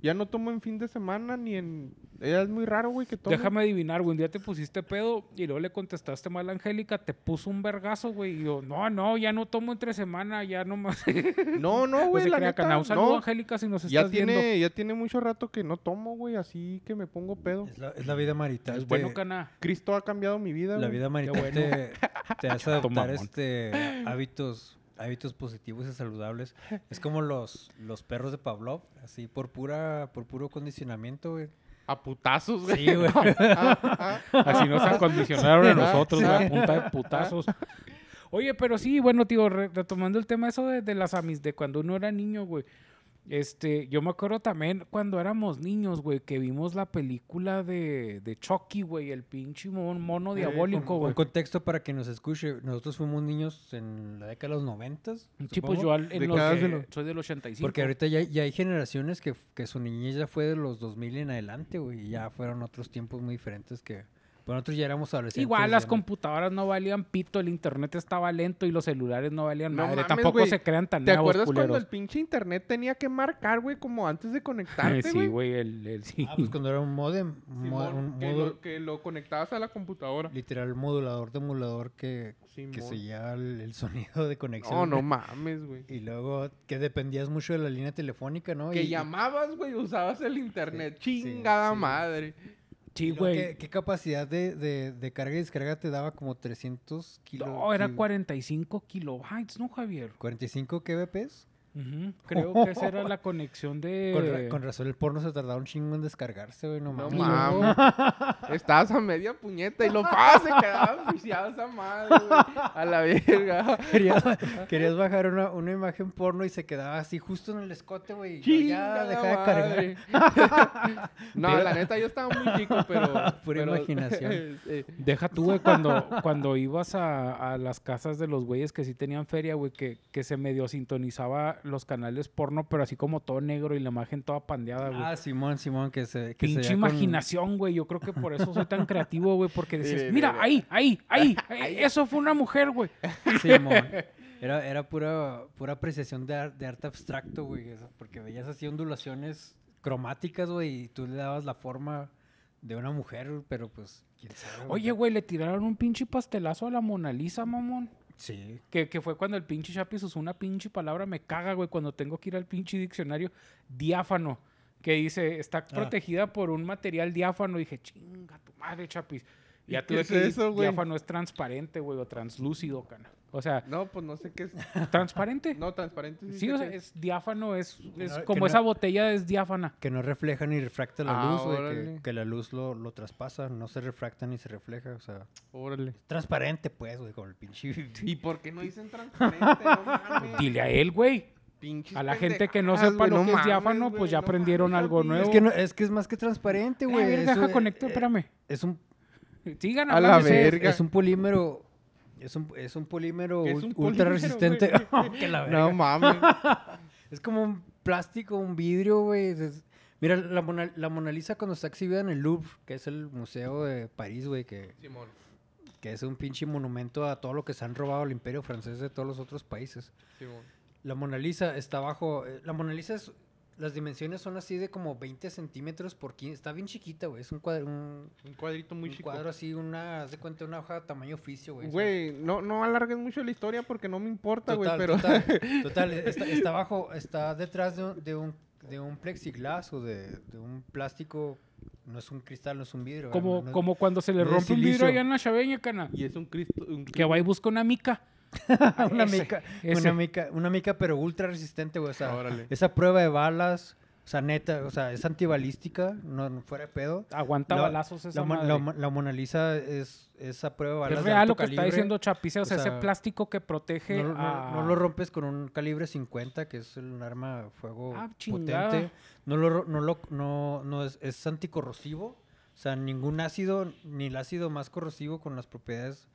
Speaker 2: Ya no tomo en fin de semana ni en... Es muy raro, güey, que tome.
Speaker 1: Déjame adivinar, güey, un día te pusiste pedo y luego le contestaste mal a Angélica, te puso un vergazo, güey, y yo, no, no, ya no tomo entre semana, ya no más. [laughs]
Speaker 2: No, no,
Speaker 1: No
Speaker 2: güey,
Speaker 1: se
Speaker 2: la
Speaker 1: crea,
Speaker 2: neta,
Speaker 1: carna. Un saludo,
Speaker 2: no.
Speaker 1: Angélica, si nos
Speaker 2: Ya
Speaker 1: estás viendo.
Speaker 2: tiene, ya tiene mucho rato que no tomo, güey, así que me pongo pedo.
Speaker 3: Es la, es la vida marital.
Speaker 1: Es
Speaker 2: este
Speaker 3: te-
Speaker 1: bueno, carna.
Speaker 2: Cristo ha cambiado mi vida,
Speaker 3: la
Speaker 2: güey.
Speaker 3: vida marital
Speaker 1: bueno.
Speaker 3: te,
Speaker 2: [laughs]
Speaker 3: te hace adoptar
Speaker 1: mamón.
Speaker 3: este, hábitos, hábitos positivos y saludables. Es como los, los perros de Pavlov, así por pura, por puro condicionamiento, güey.
Speaker 2: A putazos, güey.
Speaker 3: Sí, [laughs] güey.
Speaker 2: Ah, ah.
Speaker 1: [laughs] Así nos acondicionaron a
Speaker 2: Sí.
Speaker 1: nosotros,
Speaker 2: Sí.
Speaker 1: güey, a punta de putazos. Oye, pero sí, bueno, tío, re- retomando el tema eso de, de las amis, de cuando uno era niño, güey. Este, yo me acuerdo también cuando éramos niños, güey, que vimos la película de, de Chucky, güey, el pinche mon- mono
Speaker 2: Eh, con-
Speaker 1: diabólico,
Speaker 3: Un
Speaker 1: güey.
Speaker 3: contexto para que nos escuche. Nosotros fuimos niños en la década de los noventas.
Speaker 1: Sí, pues
Speaker 3: supongo.
Speaker 1: yo al- en
Speaker 2: ¿De
Speaker 1: los
Speaker 2: qué edad
Speaker 1: de-
Speaker 2: de lo-
Speaker 1: soy del 85.
Speaker 3: Porque ahorita ya, ya hay generaciones que, que su niñez ya fue de los 2000 en adelante, güey. Y ya fueron otros tiempos muy diferentes que... Pero nosotros ya éramos adolescentes.
Speaker 1: Igual las
Speaker 3: ya no-
Speaker 1: computadoras no valían pito, el internet estaba lento y los celulares no valían
Speaker 2: No
Speaker 1: madre.
Speaker 2: mames,
Speaker 1: Tampoco
Speaker 2: güey.
Speaker 1: se crean tan
Speaker 2: [laughs] ¿Te
Speaker 1: nuevos,
Speaker 2: acuerdas
Speaker 1: culeros.
Speaker 2: cuando el pinche internet tenía que marcar, güey, como antes de
Speaker 1: Eh,
Speaker 2: conectarte,
Speaker 1: [laughs] Sí,
Speaker 2: güey?
Speaker 1: güey, el, el- sí.
Speaker 3: Ah, pues cuando era un modem. un mo-
Speaker 2: Simón,
Speaker 3: un
Speaker 2: que,
Speaker 3: módulo-
Speaker 2: lo, que lo conectabas a la computadora.
Speaker 3: literal modulador de emulador que, que
Speaker 2: Simón.
Speaker 3: sellaba el, el sonido de conexión.
Speaker 2: Oh, No, no
Speaker 3: güey.
Speaker 2: mames, güey.
Speaker 3: Y luego que dependías mucho de la línea telefónica, ¿no?
Speaker 2: Que
Speaker 3: Y-
Speaker 2: llamabas, güey, usabas el internet.
Speaker 3: Sí,
Speaker 2: Chingada
Speaker 3: sí.
Speaker 2: madre.
Speaker 1: [laughs] Sí,
Speaker 3: y luego,
Speaker 1: güey.
Speaker 3: ¿Qué, qué capacidad de, de- de carga y descarga te daba como 300 kilos?
Speaker 1: No, era 45 kilobytes, ¿no, Javier?
Speaker 3: 45 kbps.
Speaker 1: Ujú, Creo que esa era la conexión de...
Speaker 3: [laughs] Con, ra- con razón el porno se tardaba un chingo en descargarse, güey, no
Speaker 2: No mames.
Speaker 3: mames.
Speaker 2: Estabas a media puñeta y lo pasé, quedaba viciado esa madre, güey. A
Speaker 1: [laughs]
Speaker 2: la verga.
Speaker 3: [laughs] Querías, querías bajar una, una imagen porno y se quedaba así justo en el escote, güey. y yo
Speaker 2: Chingada
Speaker 3: Ya dejaba de cargar.
Speaker 2: madre. no,
Speaker 3: Pero-
Speaker 2: la neta, yo estaba muy
Speaker 1: [laughs]
Speaker 2: chico, pero.
Speaker 3: Pura
Speaker 2: pero-
Speaker 3: imaginación.
Speaker 2: [laughs] sí.
Speaker 1: Deja tú, güey, cuando, cuando ibas a, a las casas de los güeyes que sí tenían feria, güey, que, que se medio sintonizaba los canales porno, pero así como todo negro y la imagen toda pandeada, güey.
Speaker 3: Ah, Simón, Simón, que se... Que se
Speaker 1: Pinche
Speaker 3: veía con-
Speaker 1: imaginación, güey. Yo creo que por eso soy tan creativo, güey, porque decías,
Speaker 2: Mire,
Speaker 1: mira,
Speaker 2: mire.
Speaker 1: ahí, ahí, ahí, ahí, eso fue una mujer, güey.
Speaker 3: Simón. Era, era pura, pura apreciación de, ar- de arte abstracto, güey. eso, Porque veías así ondulaciones cromáticas, güey, y tú le dabas la forma de una mujer, güey, pero pues, quién sabe.
Speaker 1: Oye, güey, le tiraron un pinche pastelazo a la Mona Lisa, mamón.
Speaker 3: Sí.
Speaker 1: Que, que fue cuando el pinche Chapis usó una pinche palabra, me caga, güey, cuando tengo que ir al pinche diccionario, diáfano, que dice, está protegida por un material diáfano. dije, chinga tu madre, Chapis. Y
Speaker 2: ¿Y
Speaker 1: Ya
Speaker 2: qué
Speaker 1: tuve
Speaker 2: es
Speaker 1: que
Speaker 2: eso, güey?
Speaker 1: diáfano es transparente, güey, o translúcido, cana. O
Speaker 2: [laughs]
Speaker 1: sea,
Speaker 2: No, pues no sé qué es.
Speaker 1: transparente.
Speaker 2: No, transparente.
Speaker 1: sí,
Speaker 2: sé
Speaker 1: o sea,
Speaker 2: qué
Speaker 1: es diáfano, es, es
Speaker 3: no- que
Speaker 1: como
Speaker 3: no-
Speaker 1: esa botella es diáfana.
Speaker 3: Que no refleja ni refracta la
Speaker 2: Ah,
Speaker 3: luz, güey.
Speaker 2: órale.
Speaker 3: Que, que la luz lo, lo traspasa, no se refracta ni se refleja, o sea...
Speaker 2: Órale.
Speaker 3: Transparente, pues, güey, con el pinche... [laughs]
Speaker 2: ¿Y por qué no dicen transparente? No
Speaker 1: [laughs]
Speaker 2: mames.
Speaker 1: Dile a él, güey.
Speaker 2: Pinches
Speaker 1: A la gente que no
Speaker 2: pendejadas,
Speaker 1: sepa
Speaker 2: güey,
Speaker 1: lo que es
Speaker 2: mames,
Speaker 1: diáfano,
Speaker 2: güey,
Speaker 1: pues ya aprendieron
Speaker 2: mames,
Speaker 1: algo
Speaker 2: Martín.
Speaker 1: nuevo.
Speaker 3: Es que, no- es que es más que transparente,
Speaker 1: A
Speaker 2: Ah,
Speaker 3: güey.
Speaker 1: ver,
Speaker 3: eso,
Speaker 1: deja
Speaker 3: eh,
Speaker 1: conecto, espérame.
Speaker 3: Es un
Speaker 1: Sigan
Speaker 2: a la
Speaker 1: hablando ustedes.
Speaker 2: verga.
Speaker 3: Es un polímero. Es un, es un polímero
Speaker 2: ¿Qué es
Speaker 3: ul-
Speaker 2: un polímero,
Speaker 3: ultra resistente. [laughs]
Speaker 2: [laughs]
Speaker 3: Oh,
Speaker 2: güey?
Speaker 3: Que la verga.
Speaker 1: [laughs]
Speaker 2: No mames.
Speaker 3: Es como un plástico, un vidrio, güey. Es- es- Mira, la Mona, la Mona Lisa cuando está exhibida en el Louvre, que es el museo de París, güey, que,
Speaker 2: Simón.
Speaker 3: que es un pinche monumento a todo lo que se han robado el imperio francés de todos los otros países.
Speaker 2: Simón.
Speaker 3: La Mona Lisa está abajo. eh, La Mona Lisa es- Las dimensiones son así de como 20 centímetros por 15. Está bien chiquita, güey. Es un, cuadro, un,
Speaker 2: Un cuadrito muy
Speaker 3: un
Speaker 2: chico.
Speaker 3: cuadro así, una, haz de cuenta, una hoja tamaño oficio, güey. ¿sabes?
Speaker 2: Güey, no, no alarguen mucho la historia porque no me importa, güey,
Speaker 3: Total,
Speaker 2: pero...
Speaker 3: total, total, está, está bajo, está detrás de un, de un, de un plexiglas o de, de un plástico, no es un cristal, no es un vidrio. ¿verdad?
Speaker 1: Como,
Speaker 3: No- no-
Speaker 1: como cuando se le
Speaker 3: no es
Speaker 1: rompe un vidrio
Speaker 3: silicio.
Speaker 1: allá en la chaveña, cana.
Speaker 2: [laughs] Y es un Cristo... Un...
Speaker 1: Que va y busca una mica.
Speaker 3: [laughs] una,
Speaker 1: Ese,
Speaker 3: mica,
Speaker 1: ese.
Speaker 3: una mica, una mica pero ultra resistente, güey. O sea,
Speaker 2: Órale.
Speaker 3: esa prueba de balas, O sea, neta, o sea, es antibalística, no, no fuera de pedo.
Speaker 1: Aguanta
Speaker 3: La-
Speaker 1: balazos esa
Speaker 3: La, mon-
Speaker 1: madre.
Speaker 3: la mon- la Mona Lisa es, es a prueba de balas
Speaker 1: es
Speaker 3: de
Speaker 1: real
Speaker 3: alto
Speaker 1: lo que está
Speaker 3: calibre.
Speaker 1: diciendo Chapice, o
Speaker 3: o
Speaker 1: sea, ese
Speaker 3: sea,
Speaker 1: plástico que ah, protege
Speaker 3: No, lo- no-
Speaker 1: a-
Speaker 3: no lo rompes con un calibre 50, que es un arma de fuego
Speaker 1: Ah, chingada.
Speaker 3: potente. No lo, ro- no lo no, no es, es anticorrosivo. O sea, ningún ácido, ni el ácido más corrosivo con las propiedades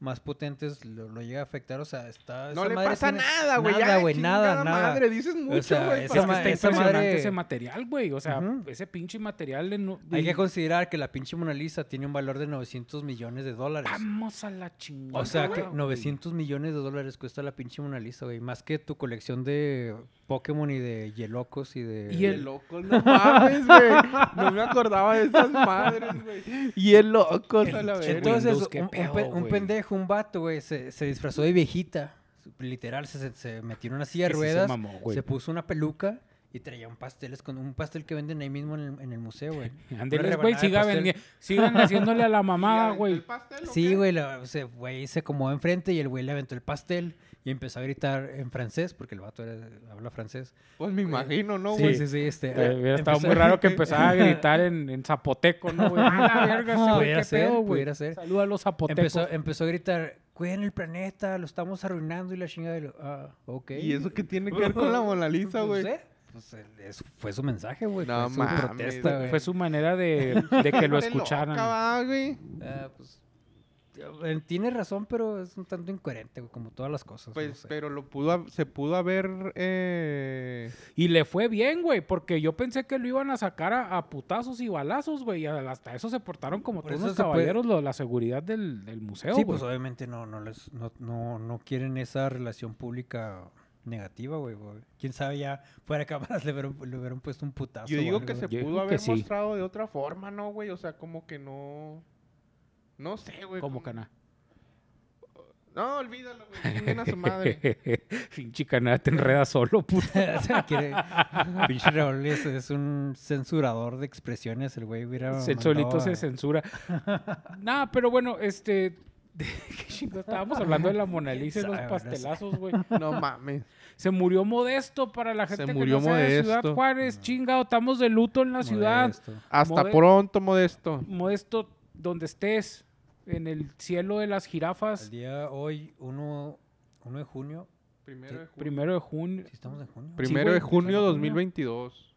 Speaker 3: más potentes lo, lo llega a afectar. O sea, está.
Speaker 2: No
Speaker 3: esa
Speaker 2: le
Speaker 3: madre
Speaker 2: pasa
Speaker 3: tiene-
Speaker 2: nada, güey.
Speaker 3: Nada,
Speaker 2: ya,
Speaker 3: güey,
Speaker 2: chingada
Speaker 3: nada, nada.
Speaker 2: Madre, dices mucho, güey.
Speaker 3: sea,
Speaker 1: Pues Es
Speaker 3: esa
Speaker 1: que
Speaker 2: para-
Speaker 3: ma-
Speaker 1: está
Speaker 3: esa
Speaker 1: impresionante
Speaker 3: madre-
Speaker 1: ese material, güey. O sea,
Speaker 3: Ujú.
Speaker 1: ese pinche material. de no-
Speaker 3: Hay que
Speaker 1: de-
Speaker 3: considerar que la pinche Mona Lisa tiene un valor de 900 millones de dólares.
Speaker 2: Ah,
Speaker 1: Vamos a la chingada.
Speaker 3: O sea, que
Speaker 1: güey.
Speaker 3: 900 millones de dólares cuesta la pinche Mona Lisa, güey. Más que tu colección de Pokémon y de Yelocos y de...
Speaker 1: Y
Speaker 2: [laughs] Qué
Speaker 1: el-
Speaker 2: loco, no mames, güey. No me acordaba de esas madres, güey. Y el loco, a la
Speaker 1: Pinche
Speaker 2: verga.
Speaker 3: Entonces,
Speaker 1: Windows, qué
Speaker 3: un, un
Speaker 1: pedo,
Speaker 3: pe- un
Speaker 1: güey.
Speaker 3: pendejo, un vato, güey, se, se disfrazó de viejita. Literal, se, se- se metió en una silla
Speaker 1: Que
Speaker 3: de
Speaker 1: sí se
Speaker 3: ruedas,
Speaker 1: mamó,
Speaker 3: se,
Speaker 1: güey.
Speaker 3: puso una peluca y traía un pastel, con un pastel que venden ahí mismo en el, en el
Speaker 1: [laughs]
Speaker 3: museo, güey. Una
Speaker 1: Ándeles, güey,
Speaker 3: rebanada de
Speaker 1: siga
Speaker 3: pastel.
Speaker 1: vendiendo. Sigan haciéndole a
Speaker 3: [laughs]
Speaker 1: la mamada,
Speaker 2: ¿Y
Speaker 1: güey.
Speaker 2: aventó el pastel o
Speaker 3: Sí,
Speaker 2: qué?
Speaker 3: güey, la- se, güey, se acomodó enfrente y el güey le aventó el pastel y empezó a gritar en francés, porque el vato era- habla francés.
Speaker 2: Pues me imagino, ¿no,
Speaker 3: Sí,
Speaker 2: güey?
Speaker 3: sí, sí, este...
Speaker 1: Eh, Hubiera estado
Speaker 3: empezó-
Speaker 1: muy
Speaker 3: [laughs]
Speaker 1: raro que empezara a gritar en, en zapoteco, ¿no, güey? Ah, la verga, ese güey,
Speaker 3: Pudiera
Speaker 1: qué
Speaker 3: ser,
Speaker 1: pedo, güey.
Speaker 3: pudiera ser.
Speaker 1: Saluda a los zapotecos.
Speaker 3: Empezó, empezó a gritar, cuiden el planeta, lo estamos arruinando y la chingada. y lo- Ah, ok.
Speaker 2: ¿Y eso qué tiene que ver con la Mona Lisa,
Speaker 3: No
Speaker 2: güey?
Speaker 3: sé. Pues, el- eso fue su mensaje, güey.
Speaker 2: No
Speaker 3: fue su
Speaker 2: mames,
Speaker 3: protesta, güey.
Speaker 1: Fue su manera
Speaker 3: [laughs]
Speaker 1: de, de que lo
Speaker 2: Gente loca,
Speaker 1: escucharan.
Speaker 2: va, güey.
Speaker 3: Ah, pues, eh, tiene razón, pero es un tanto incoherente, güey, como todas las cosas.
Speaker 2: Pues,
Speaker 3: no sé.
Speaker 2: pero lo pudo, hab- se pudo haber, eh...
Speaker 1: Y le fue bien, güey, porque yo pensé que lo iban a sacar a, a putazos y balazos, güey. y Hasta eso se portaron como
Speaker 3: Por
Speaker 1: todos
Speaker 3: eso
Speaker 1: los
Speaker 3: se puede-
Speaker 1: caballeros, lo- la seguridad del, del museo,
Speaker 3: sí,
Speaker 1: güey.
Speaker 3: pues obviamente no, no, les, no, no, no quieren esa relación pública negativa, güey. güey. Quién sabe ya fuera de cámaras le hubieran, le hubieran puesto un putazo.
Speaker 2: Yo
Speaker 3: o
Speaker 2: digo
Speaker 3: algo,
Speaker 2: que se
Speaker 3: güey. [laughs]
Speaker 1: Yo
Speaker 2: pudo
Speaker 1: digo que
Speaker 2: haber
Speaker 1: sí.
Speaker 2: mostrado de otra forma, ¿no, güey? O sea, como que no... No sé, güey.
Speaker 1: como
Speaker 2: como-
Speaker 1: cana.
Speaker 2: No, olvídalo, güey. Chinguen a
Speaker 1: [laughs]
Speaker 2: su madre.
Speaker 1: Pinche cana, te enredas solo, puto.
Speaker 3: Se quiere- Pinche Raúl es, es un censurador de expresiones, el güey hubiera
Speaker 1: Se-
Speaker 3: mandado
Speaker 1: solito
Speaker 3: a-
Speaker 1: se censura. Nada, pero bueno, este. [laughs] ¿qué chingados? Estábamos hablando de la Mona Lisa y los
Speaker 3: Sabe, no sé.
Speaker 1: pastelazos, güey.
Speaker 2: No mames.
Speaker 1: Se murió modesto para la
Speaker 2: Se
Speaker 1: gente
Speaker 2: murió
Speaker 1: que no sea de Ciudad
Speaker 2: Modesto.
Speaker 1: Juárez, chingado. Estamos de luto en la ciudad.
Speaker 3: Modesto.
Speaker 2: Hasta
Speaker 1: Mode-
Speaker 2: pronto, Modesto.
Speaker 1: Modesto, donde estés, en el cielo de las jirafas,
Speaker 3: El día hoy, 1 de junio.
Speaker 2: Primero de junio.
Speaker 1: primero de junio.
Speaker 3: Si estamos en junio.
Speaker 1: Prim-
Speaker 2: Primero
Speaker 1: güey,
Speaker 2: de junio
Speaker 1: primero de junio.
Speaker 2: 2022.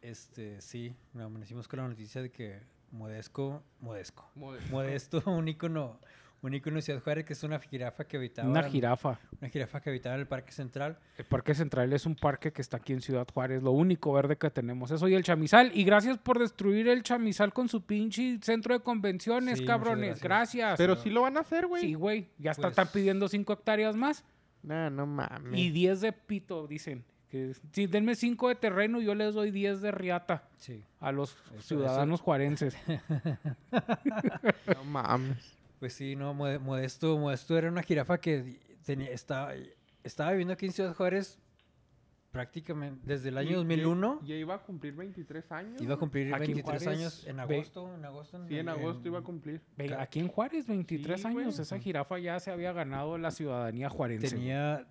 Speaker 3: Este, sí, nos amanecimos con la noticia de que Modesco, Modesco, Modesto, [laughs] un ícono, un ícono de Ciudad Juárez, que es una jirafa que habitaba.
Speaker 1: Una
Speaker 3: en-
Speaker 1: jirafa.
Speaker 3: Una jirafa que habitaba en el Parque Central.
Speaker 1: El Parque Central es un parque que está aquí en Ciudad Juárez, lo único verde que tenemos. Eso y el chamizal. Y gracias por destruir el chamizal con su pinche centro de convenciones,
Speaker 3: Sí, muchas
Speaker 1: cabrones. Gracias.
Speaker 3: gracias.
Speaker 2: Pero sí lo van a hacer, güey.
Speaker 1: Sí, güey. Ya hasta
Speaker 3: Pues-
Speaker 1: están pidiendo 5 hectáreas más
Speaker 2: No, no mames.
Speaker 1: y 10 de pito, dicen. Que, es- sí, denme 5 de terreno, yo les doy 10 de riata
Speaker 3: Sí.
Speaker 1: a los
Speaker 3: Eso-
Speaker 1: ciudadanos
Speaker 2: [laughs]
Speaker 1: juarenses.
Speaker 2: No mames.
Speaker 3: Pues sí, no, Mode- Modesto, Modesto era una jirafa que tenía, estaba, estaba viviendo aquí en Ciudad Juárez prácticamente desde el año 2001.
Speaker 2: Ya iba a cumplir 23 años.
Speaker 3: Iba a cumplir
Speaker 1: Aquí en
Speaker 3: 23
Speaker 1: Juárez,
Speaker 3: años en
Speaker 1: ve-
Speaker 3: agosto, en agosto.
Speaker 2: Sí, en agosto iba a cumplir.
Speaker 1: Ve,
Speaker 3: Ca-
Speaker 1: Aquí en Juárez, 23
Speaker 2: Sí, güey.
Speaker 1: años, esa jirafa ya se había ganado la ciudadanía juarense.
Speaker 3: Tenía,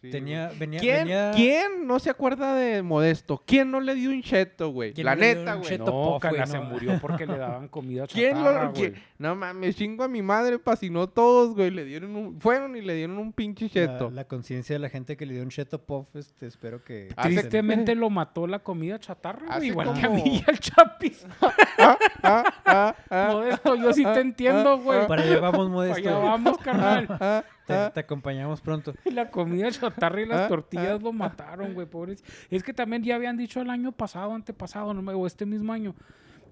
Speaker 2: Sí,
Speaker 3: tenía, venía,
Speaker 2: ¿Quién,
Speaker 3: venía-
Speaker 2: ¿Quién no se acuerda de Modesto? ¿Quién no le dio un cheto, güey?
Speaker 3: ¿Quién
Speaker 2: La
Speaker 3: no le dio
Speaker 2: neta,
Speaker 3: un
Speaker 2: güey.
Speaker 1: No,
Speaker 3: cheto? Topof,
Speaker 1: cana,
Speaker 3: güey,
Speaker 1: se
Speaker 3: no.
Speaker 1: murió porque le daban comida
Speaker 2: [laughs] ¿Quién
Speaker 1: chatarra,
Speaker 2: lo.?
Speaker 1: güey.
Speaker 2: quién- No mames, chingo a mi madre, pa' si no todos, güey. Le dieron un. Fueron y le dieron un pinche
Speaker 4: La,
Speaker 2: cheto.
Speaker 4: la conciencia de la gente que le dio un cheto puff, este, espero que...
Speaker 1: Ah,
Speaker 2: Hace-
Speaker 1: Tristemente lo mató la comida chatarra,
Speaker 2: Hace
Speaker 1: güey, igual que a
Speaker 2: como-
Speaker 1: mí y al
Speaker 2: [laughs]
Speaker 1: Chapis.
Speaker 2: Ah, ah, ah,
Speaker 1: [laughs]
Speaker 2: ah,
Speaker 1: Modesto, yo sí te entiendo, güey.
Speaker 3: Para allá vamos,
Speaker 1: Para allá
Speaker 3: Modesto.
Speaker 1: vamos, carnal.
Speaker 2: ah,
Speaker 3: Te,
Speaker 2: ah.
Speaker 3: te acompañamos pronto.
Speaker 1: Y La comida chatarra y
Speaker 2: Ah,
Speaker 1: las
Speaker 2: ah,
Speaker 1: tortillas lo mataron, güey, pobres. Es que también ya habían dicho el año pasado, antepasado, no me, o este mismo año,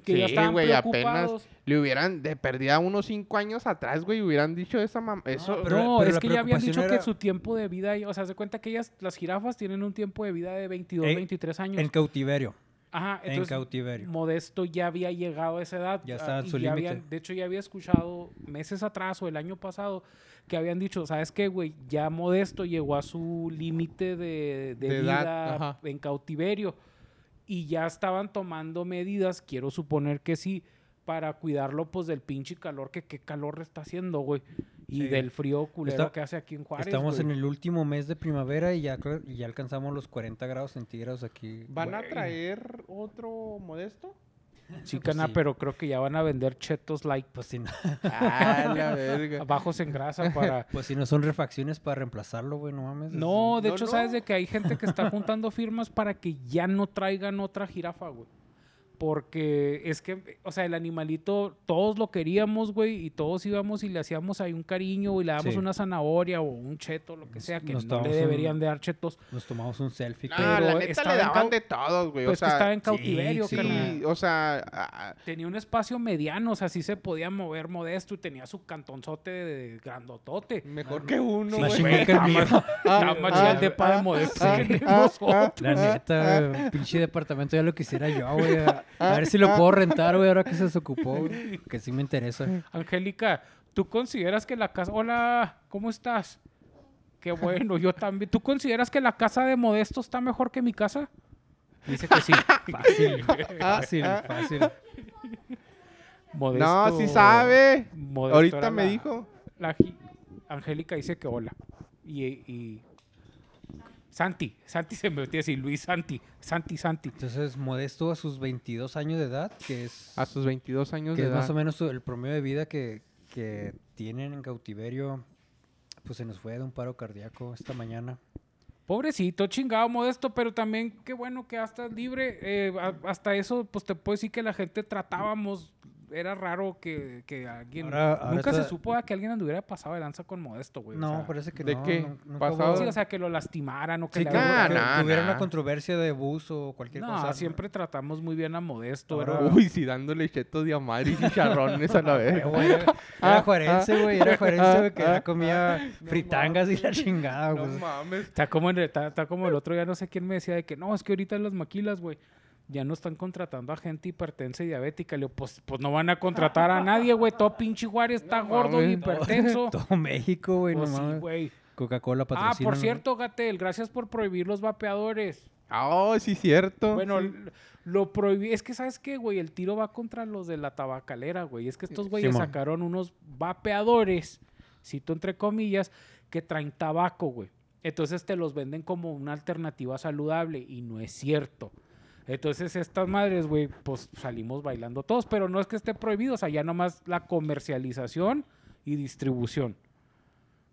Speaker 1: que ya
Speaker 2: Sí,
Speaker 1: estaban
Speaker 2: güey, apenas.
Speaker 1: preocupados.
Speaker 2: Le hubieran, de perdida unos cinco años atrás, güey, hubieran dicho esa mam Eso,
Speaker 3: pero-
Speaker 1: no, es
Speaker 3: la
Speaker 1: que ya habían dicho
Speaker 3: preocupación
Speaker 1: que
Speaker 3: era-
Speaker 1: su tiempo de vida, o sea, se cuenta que ellas, las jirafas tienen un tiempo de vida de 22,
Speaker 3: Eh,
Speaker 1: 23 años.
Speaker 3: En cautiverio.
Speaker 1: Ajá,
Speaker 3: en
Speaker 1: entonces
Speaker 3: cautiverio.
Speaker 1: Modesto ya había llegado a esa edad.
Speaker 3: Ya
Speaker 1: ah,
Speaker 3: estaba en
Speaker 1: y
Speaker 3: su límite.
Speaker 1: habían- De hecho, ya había escuchado meses atrás o el año pasado que habían dicho, ¿sabes qué, güey? Ya Modesto llegó a su límite de, de
Speaker 2: De edad,
Speaker 1: vida
Speaker 2: ajá.
Speaker 1: en cautiverio. Y ya estaban tomando medidas, quiero suponer que sí, para cuidarlo pues del pinche calor, que qué calor está haciendo, güey. y
Speaker 3: Sí.
Speaker 1: del frío culero
Speaker 3: Está-
Speaker 1: que hace aquí en Juárez.
Speaker 3: Estamos
Speaker 1: güey.
Speaker 3: en el último mes de primavera y ya, cla- y ya alcanzamos los 40 grados centígrados aquí.
Speaker 2: ¿Van a
Speaker 1: Güey.
Speaker 2: traer otro
Speaker 1: [laughs]
Speaker 2: modesto?
Speaker 1: Sí,
Speaker 3: pues,
Speaker 1: cana,
Speaker 3: sí.
Speaker 1: pero creo que ya van a vender chetos
Speaker 3: [laughs]
Speaker 1: like
Speaker 3: Pues si, no,
Speaker 2: Ah, la verga.
Speaker 1: bajos en grasa para...
Speaker 3: pues si no son refacciones para reemplazarlo, güey, no mames.
Speaker 1: No, de
Speaker 2: No,
Speaker 1: hecho,
Speaker 2: no.
Speaker 1: sabes de que hay gente que está juntando firmas para que ya no traigan otra jirafa, güey. Porque es que, o sea, el animalito, todos lo queríamos, güey, y todos íbamos y le hacíamos ahí un cariño, güey, le damos
Speaker 3: Sí.
Speaker 1: una zanahoria o un cheto, lo que sea, que
Speaker 3: nos
Speaker 1: no le
Speaker 3: tomamos
Speaker 1: deberían
Speaker 3: un-
Speaker 1: de dar chetos.
Speaker 3: Nos tomamos un selfie.
Speaker 2: Nah,
Speaker 3: pero-
Speaker 1: pero
Speaker 2: la neta
Speaker 1: estaba
Speaker 2: le
Speaker 1: en
Speaker 2: daban
Speaker 1: cau-
Speaker 2: de todos, güey.
Speaker 1: Pues
Speaker 2: o
Speaker 1: que
Speaker 2: sea,
Speaker 1: estaba en
Speaker 3: sí,
Speaker 1: cautiverio,
Speaker 2: sí,
Speaker 1: carnal.
Speaker 2: o sea, ah, a- a-
Speaker 1: Tenía un espacio mediano, o sea, sí se podía mover modesto y tenía su cantonzote de grandotote.
Speaker 2: mejor que uno,
Speaker 3: Sí,
Speaker 2: güey.
Speaker 3: Machine
Speaker 1: [laughs]
Speaker 3: Maker mío.
Speaker 1: Estaba más chido el depa de modesto
Speaker 2: ah,
Speaker 1: que
Speaker 2: ah,
Speaker 1: [laughs] nosotros.
Speaker 3: La neta,
Speaker 1: Ah.
Speaker 3: güey, pinche departamento ya lo quisiera yo, güey. A a ver si lo
Speaker 1: Ah.
Speaker 3: puedo rentar, güey, ahora que se desocupó, güey, Que sí me interesa.
Speaker 1: Angélica, ¿tú consideras que la casa... Hola, ¿cómo estás? Qué bueno, yo también. ¿Tú consideras que la casa de Modesto está mejor que mi casa? Dice que sí.
Speaker 2: [laughs]
Speaker 3: Fácil,
Speaker 1: Ah.
Speaker 3: fácil, fácil.
Speaker 1: Modesto,
Speaker 2: ah. No, sí sabe.
Speaker 1: Modesto
Speaker 2: Ahorita
Speaker 1: era
Speaker 2: me
Speaker 1: la-
Speaker 2: dijo.
Speaker 1: la gi- Angélica dice que hola. Y, y- Santi, Santi se me metía así, Luis Santi, Santi, Santi.
Speaker 3: Entonces, Modesto a sus 22 años de edad, que es,
Speaker 2: A sus 22 años
Speaker 3: que
Speaker 2: de
Speaker 3: es más
Speaker 2: edad.
Speaker 3: o menos su- el promedio de vida que, que tienen en cautiverio, pues se nos fue de un paro cardíaco esta mañana.
Speaker 1: Pobrecito, chingado, modesto, pero también qué bueno que hasta libre. eh, a- hasta eso, pues te puedo decir que la gente tratábamos. Era raro que, que alguien.
Speaker 3: Ahora- ahora
Speaker 1: nunca se
Speaker 3: está-
Speaker 1: supo ah, que alguien anduviera pasado de lanza con modesto, güey. o
Speaker 3: No,
Speaker 1: sea,
Speaker 3: parece que
Speaker 2: ¿de
Speaker 3: no.
Speaker 2: qué?
Speaker 3: nun- nunca
Speaker 2: ¿Pasado?
Speaker 3: hubo-
Speaker 1: sí, o sea, que lo lastimaran o que
Speaker 3: Sí,
Speaker 1: le
Speaker 3: que,
Speaker 2: Nah,
Speaker 1: hubo-
Speaker 3: que
Speaker 2: nah,
Speaker 3: tuviera
Speaker 2: nah.
Speaker 3: una controversia de abuso o cualquier
Speaker 1: No,
Speaker 3: cosa. ¿no?
Speaker 1: siempre tratamos muy bien a modesto.
Speaker 3: Ahora-
Speaker 1: era-
Speaker 2: Uy, si dándole chetos de amar y chicharrones
Speaker 1: [laughs]
Speaker 2: a la vez.
Speaker 3: Pero, güey, Era era juarense, güey. Era juarense, güey, que ya comía fritangas y la chingada,
Speaker 2: No [laughs]
Speaker 3: güey.
Speaker 2: mames.
Speaker 1: Está como, en el, está, está como el otro día, no sé quién me decía de que no, es que ahorita en las maquilas, güey, ya no están contratando a gente hipertensa y diabética. Le digo, pues, pues no van a contratar a nadie, güey. Todo pinche Juárez está gordo y
Speaker 2: mames.
Speaker 1: hipertenso.
Speaker 3: [laughs] Todo México, güey, no
Speaker 1: Pues sí,
Speaker 3: mames.
Speaker 1: güey.
Speaker 3: Coca-Cola patrocina.
Speaker 1: Ah, por cierto, Gatel, gracias por prohibir los vapeadores.
Speaker 2: Ah, oh, sí, cierto.
Speaker 1: Bueno,
Speaker 2: Sí.
Speaker 1: l- lo prohibí. Es que, ¿sabes qué, güey? El tiro va contra los de la tabacalera, güey. Es que estos güeyes
Speaker 3: Simón.
Speaker 1: sacaron unos vapeadores, cito entre comillas, que traen tabaco, güey. Entonces te los venden como una alternativa saludable y no es cierto. Entonces estas madres, güey, pues salimos bailando todos, pero no es que esté prohibido, o sea, ya nomás la comercialización y distribución.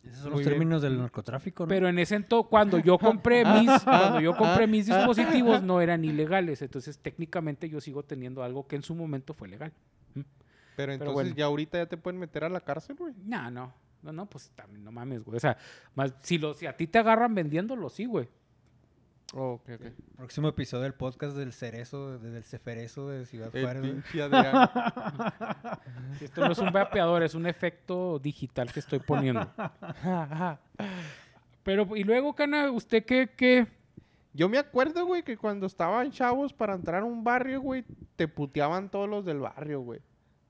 Speaker 3: Esos son
Speaker 2: Muy
Speaker 3: los
Speaker 2: bien.
Speaker 3: términos del narcotráfico, ¿no?
Speaker 1: Pero en ese entonces, cuando yo compré
Speaker 2: [laughs]
Speaker 1: mis, cuando yo compré
Speaker 2: Ah,
Speaker 1: mis dispositivos, no eran ilegales. Entonces, técnicamente yo sigo teniendo algo que en su momento fue legal.
Speaker 2: Pero entonces
Speaker 1: bueno.
Speaker 2: ya ahorita ya te pueden meter a la cárcel, güey.
Speaker 1: No, no. No, no, pues también no mames, güey. O sea, más, si, lo, si a ti te agarran vendiéndolo, sí, güey.
Speaker 2: Oh, ok, ok.
Speaker 3: Próximo episodio del podcast del cerezo, desde el ceferezo de Ciudad
Speaker 2: El
Speaker 3: Juárez. güey.
Speaker 2: pinche Adrián.
Speaker 1: [laughs] Esto no es un vapeador, es un efecto digital que estoy poniendo. Pero, y luego, Cana, ¿usted qué, qué?
Speaker 2: Yo me acuerdo, güey, que cuando estaban chavos para entrar a un barrio, güey, te puteaban todos los del barrio, güey.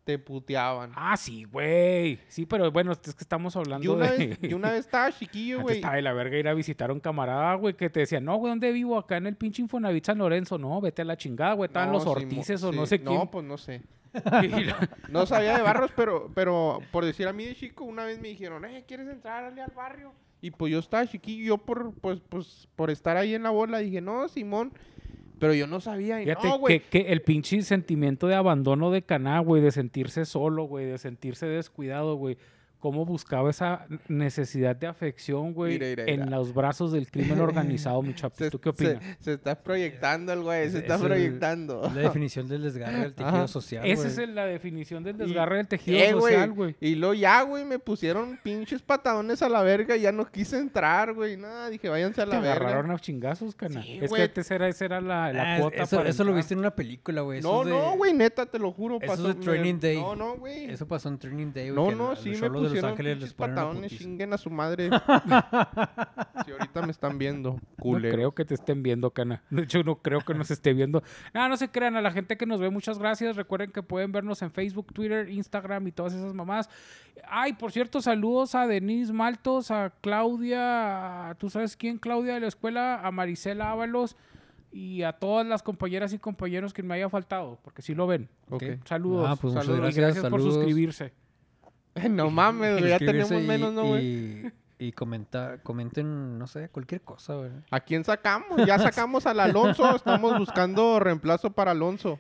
Speaker 2: Te puteaban.
Speaker 1: Ah, sí, güey. Sí, pero bueno, es que estamos hablando
Speaker 2: yo, una
Speaker 1: Ah, de...
Speaker 2: vez, yo una vez estaba chiquillo,
Speaker 1: [laughs] Antes
Speaker 2: güey.
Speaker 1: estaba de la verga ir a visitar a un camarada, güey, que te decía, no, güey, ¿dónde vivo? Acá en el pinche Infonavit San Lorenzo. No, vete a la chingada, güey. Estaban los
Speaker 2: No, sí, mo-
Speaker 1: Ortices o no
Speaker 2: sí.
Speaker 1: sé quién. [laughs]
Speaker 2: No, pues no sé.
Speaker 1: Y
Speaker 2: [laughs]
Speaker 1: la-
Speaker 2: No sabía de barros, pero, pero por decir a mí de chico, una vez me dijeron, eh, ¿quieres entrar dale al barrio? Y pues yo estaba chiquillo, yo por, pues, pues, por estar ahí en la bola dije, no, Simón. Pero yo no sabía. Y,
Speaker 1: Fíjate
Speaker 2: no, güey.
Speaker 1: que, que el pinche sentimiento de abandono de Caná, güey, de sentirse solo, güey, de sentirse descuidado, güey. Cómo buscaba esa necesidad de afección, güey,
Speaker 2: Mira, mira,
Speaker 1: en
Speaker 2: mira.
Speaker 1: los brazos del crimen organizado, mi chapis.
Speaker 2: Se,
Speaker 1: ¿Tú qué
Speaker 2: se-
Speaker 1: opinas?
Speaker 2: se está proyectando el güey, se
Speaker 3: Es-
Speaker 2: está
Speaker 3: es
Speaker 2: [laughs]
Speaker 3: el-
Speaker 2: proyectando. Eh,
Speaker 3: La definición del
Speaker 2: [laughs]
Speaker 3: desgarre del tejido
Speaker 2: Ajá.
Speaker 3: social.
Speaker 1: Esa
Speaker 3: güey.
Speaker 1: es el- la definición del
Speaker 2: Y-
Speaker 1: desgarre del tejido
Speaker 2: Eh, güey,
Speaker 1: social, güey.
Speaker 2: Y luego ya, güey, me pusieron pinches patadones a la verga. Ya no quise entrar, güey. Nada, dije, váyanse a
Speaker 1: Te
Speaker 2: la
Speaker 1: agarraron
Speaker 2: verga.
Speaker 1: a chingazos, Caná.
Speaker 2: Sí,
Speaker 1: es
Speaker 2: güey.
Speaker 1: que antes era, esa era la, la
Speaker 3: Ah,
Speaker 1: cuota
Speaker 3: eso,
Speaker 1: para
Speaker 3: eso lo
Speaker 1: entrar.
Speaker 3: viste en una película, güey. eso
Speaker 2: No,
Speaker 3: es de-
Speaker 2: no, güey, neta, te lo juro.
Speaker 3: eso es
Speaker 2: pasó-
Speaker 3: de
Speaker 2: me-
Speaker 3: Training Day.
Speaker 2: No, no, güey.
Speaker 3: Eso pasó en Training Day, güey.
Speaker 2: No,
Speaker 3: que a
Speaker 2: no,
Speaker 3: los
Speaker 2: sí me
Speaker 3: cholos de Los
Speaker 2: pusieron
Speaker 3: Ángeles les
Speaker 2: pinches
Speaker 3: ponen una
Speaker 2: patadones.
Speaker 3: putiza.
Speaker 2: Chinguen a su [laughs] madre. si ahorita me están viendo,
Speaker 1: No
Speaker 2: culero.
Speaker 1: creo que te estén viendo, Cana. [laughs] De hecho, no creo que nos esté viendo. No, no se crean. A la gente que nos ve, muchas gracias. Recuerden que pueden vernos en Facebook, Twitter, Instagram y todas esas mamás. Ay, por cierto, saludos a Denise Maltos, a Claudia, a- ¿tú sabes quién? Claudia de la escuela, a Marisela Ábalos y a todas las compañeras y compañeros que me haya faltado, porque sí lo ven.
Speaker 2: Ok.
Speaker 1: Saludos.
Speaker 3: Ah, pues muchas
Speaker 1: Saludos y
Speaker 3: gracias,
Speaker 1: gracias por
Speaker 3: saludos.
Speaker 1: suscribirse.
Speaker 2: [laughs] No mames, güey, ya tenemos
Speaker 3: Suscribirse y-
Speaker 2: menos, ¿no, güey?
Speaker 3: Y, y comentar, comenten, no sé, cualquier cosa, güey.
Speaker 2: ¿A quién sacamos? Ya sacamos al [laughs] Alonso. Estamos buscando reemplazo para Alonso.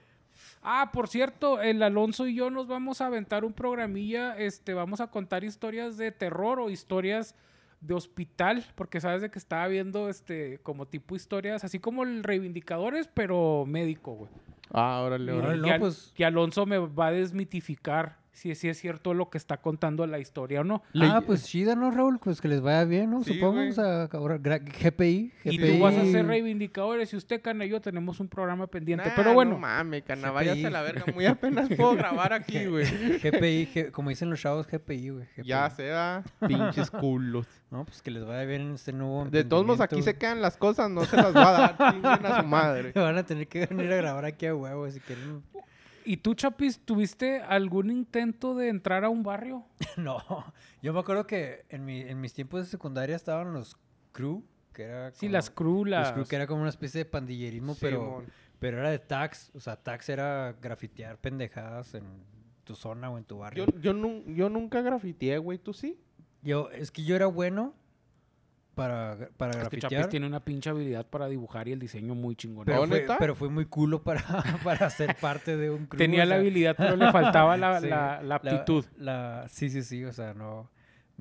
Speaker 1: Ah, por cierto, el Alonso y yo nos vamos a aventar un programilla, este, vamos a contar historias de terror o historias de hospital, porque sabes de que estaba viendo este como tipo historias, así como el reivindicadores, pero médico, güey.
Speaker 2: Ah, órale,
Speaker 1: Y-
Speaker 2: órale.
Speaker 3: Órale. no,
Speaker 1: y, Al-
Speaker 3: pues.
Speaker 1: y Alonso me va a desmitificar si, si es cierto lo que está contando la historia o no.
Speaker 3: Ah, pues chida, ¿no, Raúl? Pues que les vaya bien, ¿no?
Speaker 2: Sí,
Speaker 3: Supongo.
Speaker 2: güey.
Speaker 3: o sea, ahora, gra- GPI, GPI.
Speaker 1: Y tú vas a ser reivindicadores y usted, Cana, y yo tenemos un programa pendiente. pero
Speaker 2: No
Speaker 1: bueno,
Speaker 2: mames, cana,
Speaker 3: GPI.
Speaker 2: váyase a la verga. Muy
Speaker 3: [laughs]
Speaker 2: apenas puedo grabar aquí, güey.
Speaker 3: GPI, je- como dicen los chavos, GPI, güey. GPI.
Speaker 2: Ya se
Speaker 3: [laughs]
Speaker 2: va. Pinches culos.
Speaker 3: No, pues que les vaya bien en este nuevo
Speaker 2: De todos modos, aquí se
Speaker 3: emprendimiento,
Speaker 2: quedan las cosas. No se las va a dar. Chinguen a su
Speaker 3: [laughs]
Speaker 2: madre.
Speaker 3: güey. Van a tener que venir a grabar aquí a huevo si quieren. [laughs]
Speaker 1: ¿y tú, Chapis, tuviste algún intento de entrar a un barrio?
Speaker 3: No, yo me acuerdo que en, mi- en mis tiempos de secundaria estaban los crew, que era
Speaker 1: Sí,
Speaker 3: como-
Speaker 1: las crulas.
Speaker 3: los crew, que era como una especie de pandillerismo, pero,
Speaker 2: Simón.
Speaker 3: pero era de tax. O sea, tax era grafitear pendejadas en tu zona o en tu barrio.
Speaker 2: Yo, yo, nun- yo nunca grafiteé, güey. ¿Tú sí?
Speaker 3: Yo, es que yo era bueno para, para
Speaker 1: Es que
Speaker 3: grafitear.
Speaker 1: Este Chapis tiene una pinche habilidad para dibujar y el diseño muy chingón.
Speaker 2: ¿No,
Speaker 3: Pero fue,
Speaker 2: neta?
Speaker 3: pero fue muy culo para, [laughs] para ser parte de un crew.
Speaker 1: Tenía
Speaker 3: o
Speaker 1: la
Speaker 3: sea,
Speaker 1: habilidad, pero le faltaba la,
Speaker 3: [laughs] sí,
Speaker 1: la- la aptitud.
Speaker 3: La, sí, sí, sí, o sea, no.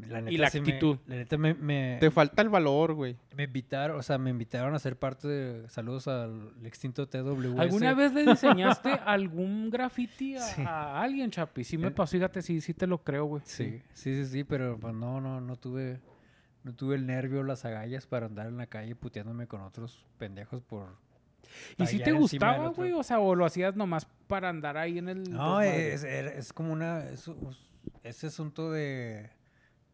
Speaker 3: La neta,
Speaker 1: la
Speaker 3: sí me-
Speaker 1: actitud.
Speaker 3: la neta me, me,
Speaker 2: Te falta el valor, güey.
Speaker 3: me invitaron, o sea, me invitaron a ser parte de. Saludos al extinto TWS.
Speaker 1: ¿Alguna vez le diseñaste algún graffiti a,
Speaker 3: Sí.
Speaker 1: a alguien, Chapis? Sí me
Speaker 3: Eh.
Speaker 1: pasó, fíjate, sí, sí te lo creo, güey.
Speaker 3: Sí, sí, sí, sí, pero pues, no, no, no tuve. No tuve el nervio, las agallas para andar en la calle puteándome con otros pendejos por.
Speaker 1: ¿Y si
Speaker 3: tallar
Speaker 1: te
Speaker 3: encima del
Speaker 1: gustaba,
Speaker 3: otro.
Speaker 1: güey? O sea, o lo hacías nomás para andar ahí en el.
Speaker 3: No,
Speaker 1: desmadre?
Speaker 3: es, era- es como una. es un- ese asunto de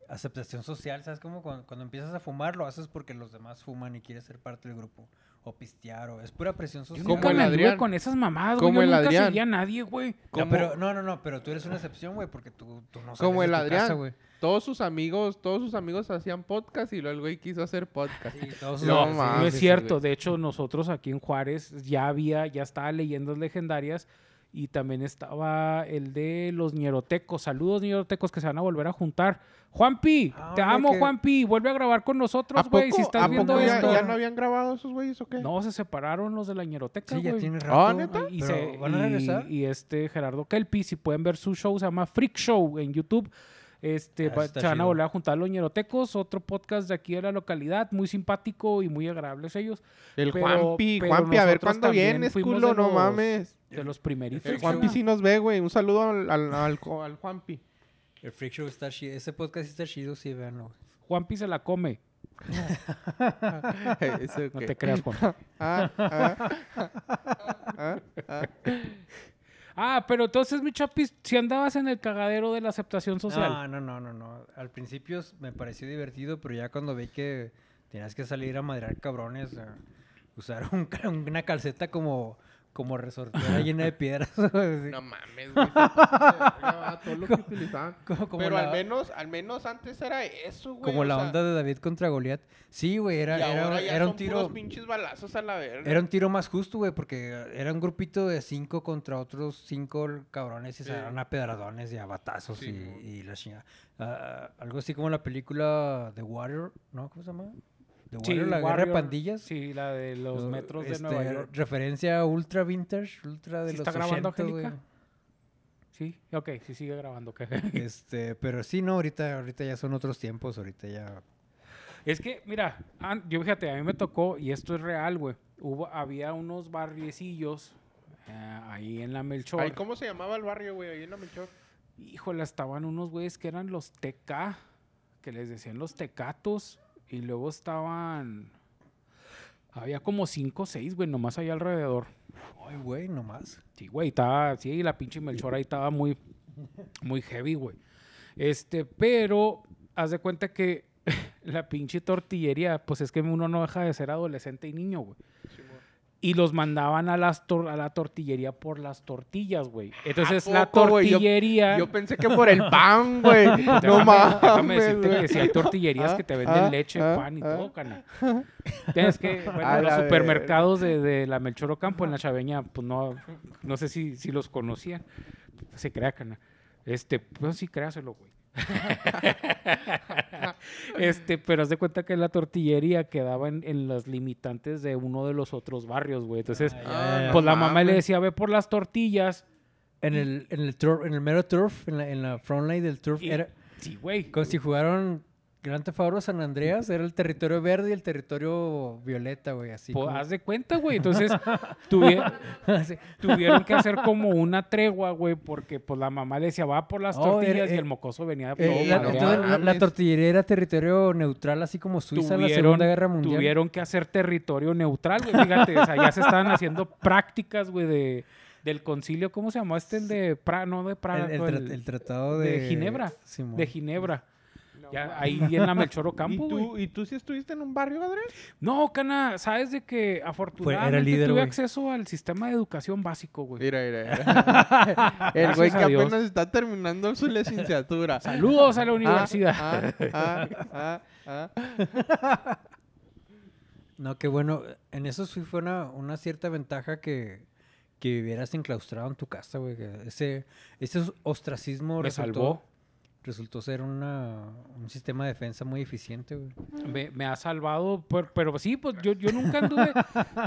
Speaker 3: aceptación social, ¿sabes? Como cuando, cuando empiezas a fumar, lo haces porque los demás fuman y quieres ser parte del grupo. O pistear, o es pura presión social.
Speaker 1: Yo
Speaker 2: Como
Speaker 1: nunca
Speaker 2: el
Speaker 1: me anduve
Speaker 2: Adrián.
Speaker 1: con esas mamadas, güey.
Speaker 2: Como
Speaker 1: Yo
Speaker 2: el
Speaker 1: nunca
Speaker 2: Adrián.
Speaker 1: seguía a nadie, güey.
Speaker 3: No,
Speaker 2: Como-
Speaker 3: pero, no, no, no, pero tú eres una excepción, güey, porque tú, tú no sabes.
Speaker 2: Como el
Speaker 3: de tu
Speaker 2: Adrián.
Speaker 3: casa, güey.
Speaker 2: Todos sus amigos, todos sus amigos hacían podcast y luego el güey quiso hacer podcast.
Speaker 3: Sí, todos
Speaker 2: No,
Speaker 3: sabes,
Speaker 1: No
Speaker 3: sí.
Speaker 2: mames. Ah,
Speaker 1: es
Speaker 2: sí, sí,
Speaker 1: cierto.
Speaker 2: güey.
Speaker 1: De hecho, nosotros aquí en Juárez ya había, ya estaba Leyendas Legendarias y también estaba el de los ñerotecos. Saludos, ñerotecos, que se van a volver a juntar. Juanpi,
Speaker 3: Ah,
Speaker 1: te
Speaker 3: hombre,
Speaker 1: amo,
Speaker 3: que-
Speaker 1: Juanpi. Vuelve a grabar con nosotros, güey. Si estás
Speaker 2: ¿A
Speaker 1: viendo
Speaker 2: poco ya,
Speaker 1: esto.
Speaker 2: ya no habían grabado esos güeyes o qué?
Speaker 1: No, se separaron los de la ñeroteca,
Speaker 3: Sí, ya
Speaker 1: güey.
Speaker 3: tiene rato.
Speaker 2: Ah, ¿neta?
Speaker 1: Y,
Speaker 3: Pero,
Speaker 1: se-
Speaker 3: ¿Van a
Speaker 1: y-
Speaker 3: regresar?
Speaker 1: y este Gerardo Kelpi, si pueden ver su show, se llama Freak Show en YouTube. Este,
Speaker 3: Ah,
Speaker 1: va-
Speaker 3: está
Speaker 1: se van a
Speaker 3: chido.
Speaker 1: volver a juntar los ñerotecos, otro podcast de aquí de la localidad, muy simpático y muy agradables ellos.
Speaker 2: El
Speaker 1: Pero-
Speaker 2: Juanpi,
Speaker 1: pero
Speaker 2: Juanpi, a ver
Speaker 1: nosotros
Speaker 2: cuándo
Speaker 1: también
Speaker 2: vienes,
Speaker 1: fuimos
Speaker 2: culo,
Speaker 1: de
Speaker 2: no
Speaker 1: los-
Speaker 2: mames.
Speaker 1: De los primeritos.
Speaker 2: El
Speaker 1: ¿no?
Speaker 2: Juanpi sí nos ve, güey. Un saludo al, al, al, co- al Juanpi.
Speaker 3: El Freak Show está chido. Ese podcast sí está chido, sí, véanlo. güey.
Speaker 1: Juanpi se la come.
Speaker 2: Eso
Speaker 1: [laughs] No
Speaker 2: que-
Speaker 1: te creas, Juanpi.
Speaker 2: Ah, ah, ah,
Speaker 1: [laughs]
Speaker 2: ah.
Speaker 1: ah, pero entonces, mi chapis, si andabas en el cagadero de la aceptación social.
Speaker 3: No, no, no, no, no. Al principio s- me pareció divertido, pero ya cuando vi que tenías que salir a madrear cabrones, a usar [laughs] un ca- una calceta como, como resortera llena de piedras. [laughs] así,
Speaker 2: No mames, güey. Ah, Todo lo que utilizaban.
Speaker 3: co- como
Speaker 2: Pero
Speaker 3: la,
Speaker 2: al menos, al menos antes era eso, güey.
Speaker 3: como
Speaker 2: o
Speaker 3: la
Speaker 2: sea,
Speaker 3: onda de David contra Goliat. Sí, güey, era,
Speaker 2: y ahora
Speaker 3: era,
Speaker 2: ya
Speaker 3: era
Speaker 2: son
Speaker 3: un tiro.
Speaker 2: puros pinches balazos a la verga.
Speaker 3: Era un tiro más justo, güey, porque era un grupito de cinco contra otros cinco l- cabrones y se
Speaker 2: Sí.
Speaker 3: daban a pedradones y a batazos
Speaker 2: Sí,
Speaker 3: y,
Speaker 2: mon.
Speaker 3: y la chingada. Ah, algo así como la película The Water, ¿no? ¿Cómo se llama? The Water,
Speaker 1: Sí,
Speaker 3: la guerra de
Speaker 1: Warrior,
Speaker 3: pandillas.
Speaker 1: Sí, la de los
Speaker 3: Lo-
Speaker 1: metros de
Speaker 3: este,
Speaker 1: Nueva York.
Speaker 3: Referencia ultra vintage, ultra de
Speaker 1: ¿Sí
Speaker 3: los
Speaker 1: está grabando,
Speaker 3: 80, güey.
Speaker 1: Angélica? Sí, ok, sí sigue grabando. ok.
Speaker 3: Este, pero sí, no, ahorita, ahorita ya son otros tiempos, ahorita ya...
Speaker 1: [laughs] Es que, mira, an- yo fíjate, a mí me tocó, y esto es real, güey. Hubo, había unos barriecillos eh, ahí en la Melchor.
Speaker 2: Ay, ¿Cómo se llamaba el barrio, güey? Ahí en la Melchor.
Speaker 1: Híjole, estaban unos güeyes que eran los TK, que les decían los tecatos, y luego estaban. Había como cinco o seis, güey, nomás allá alrededor.
Speaker 3: Ay, güey, nomás.
Speaker 1: Sí, güey, estaba, sí, y la pinche Melchor ahí estaba muy, muy heavy, güey. Este, pero, haz de cuenta que [laughs] la pinche tortillería, pues es que uno no deja de ser adolescente y niño, güey. Y los mandaban a, las tor- a la tortillería por las tortillas, güey. Entonces,
Speaker 2: ¿A
Speaker 1: la
Speaker 2: poco, güey? Yo-
Speaker 1: tortillería...
Speaker 2: Yo pensé que por el
Speaker 1: [laughs]
Speaker 2: pan, güey. No
Speaker 1: Déjame-
Speaker 2: mames.
Speaker 1: Déjame decirte
Speaker 2: güey.
Speaker 1: que si hay tortillerías que te venden
Speaker 2: ah,
Speaker 1: leche,
Speaker 2: ah,
Speaker 1: pan y
Speaker 2: ah.
Speaker 1: todo, cana. Tienes que, bueno,
Speaker 2: A
Speaker 1: los
Speaker 2: la
Speaker 1: supermercados de, de la Melchor Ocampo en la Chaveña, pues no, no sé si, si los conocían. Se crea, cana. Este, pues sí, créaselo, güey. [laughs] Este, pero haz de cuenta que la tortillería quedaba en, en las limitantes de uno de los otros barrios, güey. Entonces,
Speaker 3: Ah,
Speaker 2: Ah,
Speaker 3: ya.
Speaker 1: pues la mamá
Speaker 2: mames.
Speaker 1: le decía, ve por las tortillas.
Speaker 3: En el, en el, tur- en el mero turf, en la, en la front line del turf,
Speaker 1: Y-
Speaker 3: era,
Speaker 1: Sí, güey.
Speaker 3: como si jugaron Gran Tefabro San Andreas, era el territorio verde y el territorio violeta, güey, así.
Speaker 1: Pues,
Speaker 3: como-
Speaker 1: haz de cuenta, güey. Entonces, [laughs] tuvie-
Speaker 3: así.
Speaker 1: tuvieron que hacer como una tregua, güey, porque pues la mamá le decía, va por las
Speaker 3: Oh,
Speaker 1: tortillas
Speaker 3: era-
Speaker 1: y
Speaker 3: eh,
Speaker 1: el mocoso venía todo
Speaker 3: Eh, la,
Speaker 1: madreado.
Speaker 3: entonces, la- la
Speaker 2: mames.
Speaker 3: tortillería era territorio neutral, así como Suiza en la
Speaker 1: tuvieron,
Speaker 3: Segunda Guerra Mundial.
Speaker 1: tuvieron que hacer territorio neutral, güey. Fíjate, o sea, ya se estaban haciendo prácticas, güey, de, del concilio, ¿cómo se llamó este? El de Pra, no de Pra,
Speaker 3: el, el
Speaker 1: no,
Speaker 3: tra-
Speaker 1: el-
Speaker 3: el tratado de...
Speaker 1: de Ginebra,
Speaker 3: Simón.
Speaker 1: de Ginebra. Ya, ahí en la Melchoro
Speaker 2: ¿Y
Speaker 1: Campo, güey.
Speaker 2: tú, ¿Y tú sí estuviste en un barrio, Adrián?
Speaker 1: No, Cana, sabes de que afortunadamente
Speaker 3: líder,
Speaker 1: tuve
Speaker 3: güey.
Speaker 1: acceso al sistema de educación básico, güey.
Speaker 2: Mira, mira, mira. [laughs] El güey
Speaker 1: Gracias
Speaker 2: que
Speaker 1: a Dios.
Speaker 2: apenas está terminando su licenciatura.
Speaker 1: Saludos a la universidad.
Speaker 2: Ah, ah, ah, ah, ah.
Speaker 3: No, que bueno, en eso sí fue una, una cierta ventaja que, que vivieras enclaustrado en tu casa, güey. que Ese, ese ostracismo
Speaker 1: Me
Speaker 3: ah, resultó,
Speaker 1: salvó.
Speaker 3: resultó ser una, un sistema de defensa muy eficiente, güey.
Speaker 1: Me, me ha salvado, por- pero, sí, pues yo, yo nunca
Speaker 3: [laughs]
Speaker 1: anduve,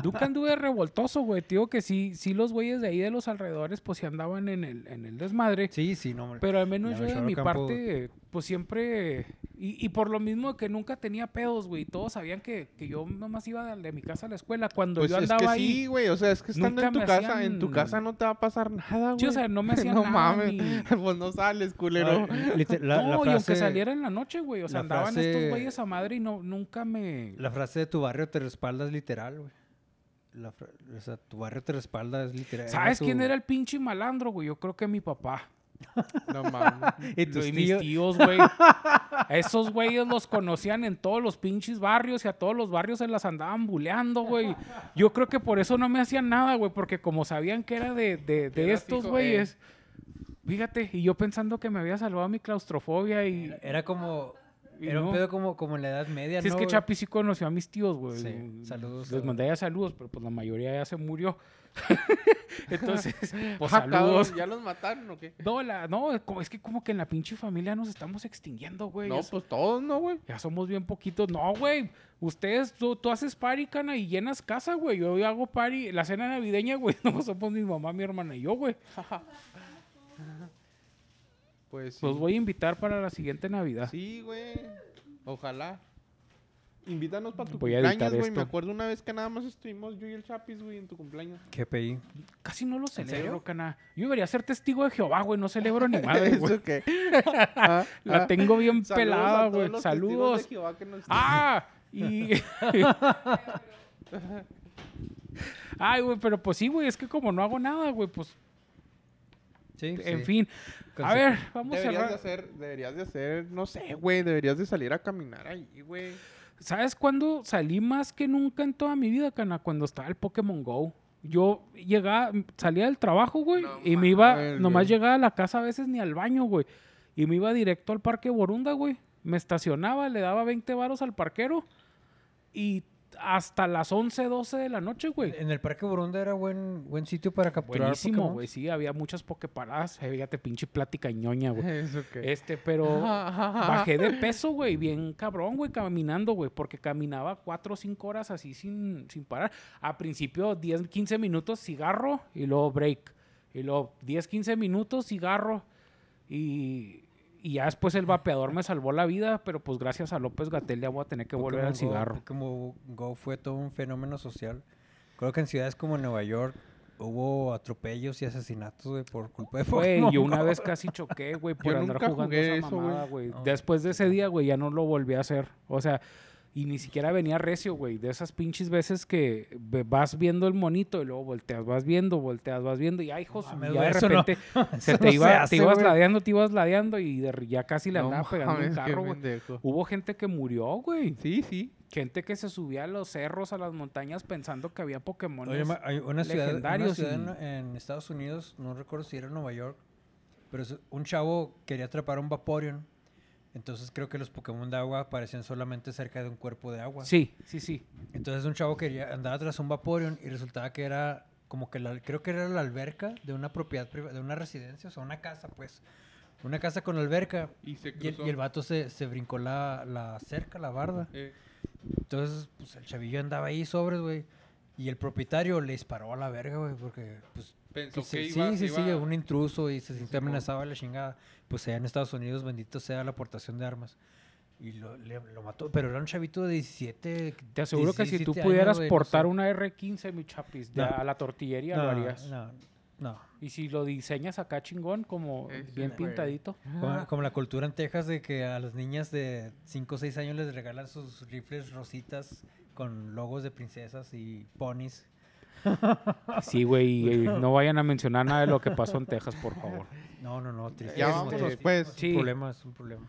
Speaker 1: nunca anduve revoltoso, güey. Tío, que sí, sí los güeyes de ahí de los alrededores, pues sí andaban en el, en el desmadre.
Speaker 3: Sí, sí, no, hombre.
Speaker 1: Pero al menos
Speaker 3: Ya,
Speaker 1: yo de
Speaker 3: Bechara
Speaker 1: mi
Speaker 3: Ocampo-
Speaker 1: parte, pues siempre, y, y por lo mismo que nunca tenía pedos, güey. Todos sabían que, que yo nomás iba de, de mi casa a la escuela. Cuando
Speaker 2: Pues
Speaker 1: yo
Speaker 2: es
Speaker 1: andaba
Speaker 2: que
Speaker 1: ahí.
Speaker 2: sí, güey. O sea, es que estando
Speaker 1: nunca
Speaker 2: en tu
Speaker 1: me
Speaker 2: casa, en tu
Speaker 1: hacían-
Speaker 2: casa no te va a pasar nada, güey.
Speaker 1: Sí, o sea, no
Speaker 2: [laughs]
Speaker 3: [laughs]
Speaker 1: me hacían
Speaker 2: no
Speaker 1: nada.
Speaker 2: mames.
Speaker 1: ni-
Speaker 2: Pues no sales, culero.
Speaker 3: Ah, lite-
Speaker 1: no,
Speaker 3: la- la
Speaker 1: y aunque
Speaker 3: frase-
Speaker 1: saliera en la noche, güey. O sea,
Speaker 3: la
Speaker 1: andaban
Speaker 3: frase-
Speaker 1: estos güeyes a madre y no, nunca me.
Speaker 3: La frase de tu barrio te respalda es literal, güey. La fra- o sea, tu barrio te respalda es literal.
Speaker 1: ¿Sabes
Speaker 3: tu-
Speaker 1: quién era el pinche malandro, güey? Yo creo que mi papá.
Speaker 2: No [laughs] mames.
Speaker 3: Y
Speaker 1: Lo-
Speaker 3: tus
Speaker 1: y mis
Speaker 3: tíos-
Speaker 1: tíos,
Speaker 3: [laughs]
Speaker 1: güey. Esos güeyes los conocían en todos los pinches barrios y a todos los barrios se las andaban buleando, güey. Yo creo que por eso no me hacían nada, güey, porque como sabían que era de, de- de
Speaker 2: Eras
Speaker 1: estos
Speaker 2: hijo,
Speaker 1: güeyes.
Speaker 3: eh.
Speaker 1: Fíjate, y yo pensando que me había salvado mi claustrofobia y... eh,
Speaker 3: Era como...
Speaker 1: Y
Speaker 3: Era un
Speaker 1: no.
Speaker 3: pedo como, como en la Edad Media,
Speaker 1: Si es
Speaker 3: ¿no,
Speaker 1: que
Speaker 3: güey?
Speaker 1: Chapi sí conoció a mis tíos, güey.
Speaker 3: Sí,
Speaker 1: Mm,
Speaker 3: saludos
Speaker 1: Les
Speaker 3: a-
Speaker 1: mandé ya saludos, pero pues la mayoría ya se
Speaker 3: [laughs]
Speaker 1: murió. Entonces, pues
Speaker 2: Ah, cabrón,
Speaker 1: saludos.
Speaker 2: ¿Ya los mataron o qué?
Speaker 1: No, la- no, es co- es que como que en la pinche familia nos estamos extinguiendo, güey.
Speaker 2: No,
Speaker 1: ya, so-
Speaker 2: pues todos, ¿no, güey?
Speaker 1: ya somos bien poquitos. No, güey. Ustedes, tú, tú haces party, cana, y llenas casa, güey. Yo hago party. La cena navideña, [laughs] güey. No somos mi mamá, mi hermana y yo, güey.
Speaker 2: Pues sí.
Speaker 1: Los voy a invitar para la siguiente Navidad.
Speaker 2: Sí, güey. Ojalá. Invítanos para tu
Speaker 1: Voy a editar
Speaker 2: cumpleaños, güey. Me
Speaker 1: esto.
Speaker 2: acuerdo una vez que nada más estuvimos yo y el Chapis, güey, en tu cumpleaños.
Speaker 3: GPI.
Speaker 1: Casi no lo celebro,
Speaker 3: serio?
Speaker 1: cana. Yo debería ser testigo de Jehová, güey. No celebro
Speaker 2: [laughs]
Speaker 1: ni madre, güey.
Speaker 2: ¿Eso qué?
Speaker 1: [laughs]
Speaker 2: Ah,
Speaker 1: La
Speaker 2: ah.
Speaker 1: tengo bien
Speaker 2: Saludos
Speaker 1: pelada,
Speaker 2: a todos
Speaker 1: güey.
Speaker 2: los testigos de
Speaker 1: Saludos.
Speaker 2: Jehová que nos están-
Speaker 1: Ah,
Speaker 2: [laughs]
Speaker 1: y. Ay, güey, pero pues sí, güey, es que como no hago nada, güey, pues,
Speaker 3: Sí,
Speaker 1: en
Speaker 3: sí.
Speaker 1: fin. A
Speaker 3: Conse-
Speaker 1: ver, vamos a
Speaker 2: Deberías de
Speaker 1: cerrar.
Speaker 2: hacer, deberías de hacer, no sé, güey, deberías de salir a caminar ahí, güey.
Speaker 1: Ah, ¿Sabes cuándo salí más que nunca en toda mi vida, cana? Cuando estaba el Pokémon Go. Yo llegaba, salía del trabajo, güey,
Speaker 2: No
Speaker 1: y me iba,
Speaker 2: mames,
Speaker 1: nomás
Speaker 2: güey.
Speaker 1: llegaba a la casa a veces ni al baño, güey. Y me iba directo al parque Borunda, güey. Me estacionaba, le daba 20 varos al parquero y hasta las 11, 12 de la noche, güey.
Speaker 3: En el Parque Borunda era buen, buen sitio para capturar
Speaker 1: Buenísimo,
Speaker 3: Pokémon.
Speaker 1: güey. Sí, había muchas pokeparadas. Eh, Fíjate, pinche plática ñoña,
Speaker 2: [laughs]
Speaker 1: güey.
Speaker 2: Eso qué.
Speaker 1: Este, pero bajé de peso, güey. Bien cabrón, güey, caminando, güey. Porque caminaba cuatro o cinco horas así sin, sin parar. A principio 10, 15 minutos cigarro y luego break. Y luego 10, 15 minutos cigarro. Y, y ya después el vapeador me salvó la vida. Pero pues gracias a López Gatel ya voy a tener que volver al
Speaker 3: Pokémon Go-
Speaker 1: cigarro.
Speaker 3: Pokémon Go fue todo un fenómeno social. Creo que en ciudades como Nueva York hubo atropellos y asesinatos, güey, por culpa de
Speaker 1: Güey,
Speaker 3: [laughs] Pokémon
Speaker 1: yo una
Speaker 3: Go.
Speaker 1: vez casi choqué, güey, por
Speaker 2: Yo
Speaker 1: andar
Speaker 2: nunca
Speaker 1: jugando
Speaker 2: jugué
Speaker 1: esa
Speaker 2: eso, güey.
Speaker 1: mamada, güey.
Speaker 3: No.
Speaker 1: Después de ese día, güey, ya no lo volví a hacer. O sea, y ni siquiera venía recio, güey. De esas pinches veces que ve- vas viendo el monito y luego volteas, vas viendo, volteas, vas viendo. Y ay, hijos,
Speaker 3: mames,
Speaker 1: ya
Speaker 3: güey,
Speaker 1: de
Speaker 3: eso no-
Speaker 1: repente se
Speaker 3: eso
Speaker 1: te
Speaker 3: no se
Speaker 1: iba,
Speaker 3: hace,
Speaker 1: te ibas
Speaker 3: güey.
Speaker 1: ladeando, te ibas ladeando y de re- ya casi le
Speaker 2: No
Speaker 1: andaba pegando
Speaker 2: mames,
Speaker 1: un
Speaker 2: qué
Speaker 1: carro, güey.
Speaker 2: pendejo.
Speaker 1: Hubo gente que murió, güey.
Speaker 2: Sí, sí.
Speaker 1: Gente que se subía a los cerros, a las montañas pensando que había Pokémon.
Speaker 3: Oye, ma- hay una ciudad, una
Speaker 1: legendarios
Speaker 3: ciudad
Speaker 1: y-
Speaker 3: en, en Estados Unidos, no recuerdo si era Nueva York, pero se- un chavo quería atrapar un Vaporeon. Entonces creo que los Pokémon de agua aparecían solamente cerca de un cuerpo de agua.
Speaker 1: Sí, sí, sí.
Speaker 3: Entonces un chavo quería andaba tras un Vaporeon y resultaba que era como que la, creo que era la alberca de una propiedad privada, de una residencia, o sea, una casa, pues. Una casa con alberca.
Speaker 2: Y se
Speaker 3: Y el,
Speaker 2: cruzó.
Speaker 3: y el vato se, se brincó la, la cerca, la barda.
Speaker 2: Eh,
Speaker 3: Entonces, pues el chavillo andaba ahí sobres, güey. Y el propietario le disparó a la verga, güey, porque, pues.
Speaker 2: pensó
Speaker 3: que se-
Speaker 2: que iba,
Speaker 3: sí, sí,
Speaker 2: iba-
Speaker 3: sí, un intruso y se sintió
Speaker 2: Simón.
Speaker 3: amenazado a la chingada. Pues allá en Estados Unidos, bendito sea la aportación de armas. Y lo, le- lo mató, pero era un chavito de 17.
Speaker 1: Te aseguro que si tú
Speaker 3: 17 años,
Speaker 1: pudieras
Speaker 3: güey, no
Speaker 1: portar
Speaker 3: sé.
Speaker 1: una R15, mi chapis, de
Speaker 3: No.
Speaker 1: a la tortillería lo harías.
Speaker 3: No, no.
Speaker 1: Y si lo diseñas acá chingón, como
Speaker 2: Eh, sí,
Speaker 1: bien
Speaker 2: güey.
Speaker 1: pintadito. Ah,
Speaker 3: Como, como la cultura en Texas de que a las niñas de 5 o 6 años les regalan sus rifles rositas con logos de princesas y ponis.
Speaker 1: Sí, güey, [laughs] y, eh, no vayan a mencionar nada de lo que pasó en Texas, por favor.
Speaker 3: No, no, no, triste.
Speaker 2: Ya
Speaker 1: Este,
Speaker 2: vámonos, pues.
Speaker 1: sí.
Speaker 3: un problema, es un problema.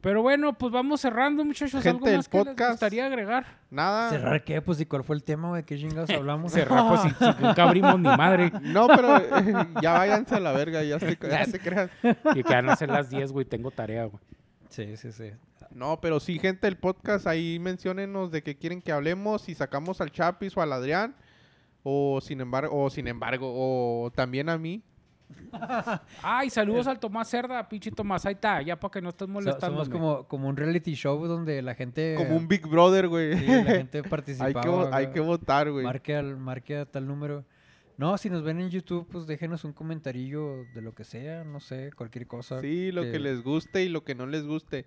Speaker 1: Pero bueno, pues vamos cerrando, muchachos.
Speaker 2: Gente
Speaker 1: ¿Algo
Speaker 2: del
Speaker 1: más que les
Speaker 2: podcast.
Speaker 1: gustaría agregar?
Speaker 2: Nada.
Speaker 3: ¿Cerrar qué? Pues, ¿y cuál fue el tema, güey? ¿Qué chingados [laughs] hablamos?
Speaker 1: Cerrar,
Speaker 2: [laughs]
Speaker 1: pues, si, si nunca abrimos ni madre.
Speaker 2: No, pero eh, ya váyanse a la verga, ya se, ya se crean.
Speaker 1: Y que van a ser las 10, güey, tengo tarea, güey.
Speaker 3: Sí, sí, sí.
Speaker 2: No, pero sí, gente del podcast, ahí menciónenos de qué quieren que hablemos, si sacamos al Chapis o al Adrián, o sin embargo, o sin embargo, o también a mí.
Speaker 1: Ay, saludos al Tomás Cerda, pinche Tomás. Ahí está, ya para que no estés
Speaker 3: So-
Speaker 1: molestando.
Speaker 3: somos como, como un reality show donde la gente...
Speaker 2: Eh, Como un Big Brother, güey. [laughs]
Speaker 3: Sí, la gente
Speaker 2: hay,
Speaker 3: participaba.
Speaker 2: que, vo- hay
Speaker 3: güey.
Speaker 2: que votar, güey.
Speaker 3: Marque, al, marque a tal número. No, si nos ven en YouTube, pues déjenos un comentarillo de lo que sea, no sé, cualquier cosa.
Speaker 2: Sí, lo que
Speaker 3: que-
Speaker 2: les guste y lo que no les guste.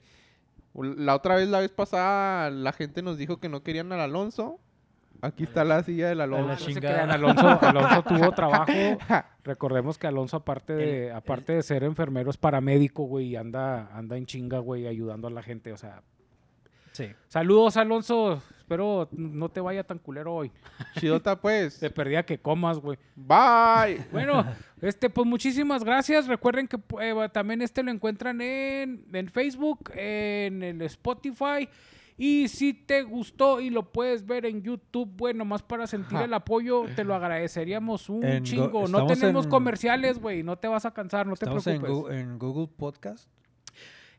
Speaker 2: U- La otra vez, la vez pasada, la gente nos dijo que no querían al Alonso. Aquí está la silla del
Speaker 1: No,
Speaker 3: la
Speaker 1: Ah, no
Speaker 2: Alonso.
Speaker 1: se
Speaker 3: chingada.
Speaker 1: crean, Alonso, Alonso tuvo trabajo. Recordemos que Alonso, aparte de, aparte de ser enfermero, es paramédico, güey, y anda, anda en chinga, güey, ayudando a la gente. O sea,
Speaker 3: Sí.
Speaker 1: saludos, Alonso. Espero no te vaya tan culero hoy.
Speaker 2: [laughs] Chidota, pues.
Speaker 1: Te perdía que comas, güey.
Speaker 2: Bye.
Speaker 3: [laughs]
Speaker 1: Bueno, este, pues muchísimas gracias. Recuerden que eh, va- también este lo encuentran en, en Facebook, en el Spotify. Y si te gustó y lo puedes ver en YouTube, bueno, más para sentir
Speaker 2: Ajá.
Speaker 1: el apoyo, te lo agradeceríamos un
Speaker 3: En Go-
Speaker 1: chingo. No
Speaker 3: estamos
Speaker 1: tenemos
Speaker 3: en-
Speaker 1: comerciales, güey. No te vas a cansar, no te
Speaker 3: Estamos en,
Speaker 1: preocupes.
Speaker 3: Gu- en Google Podcast.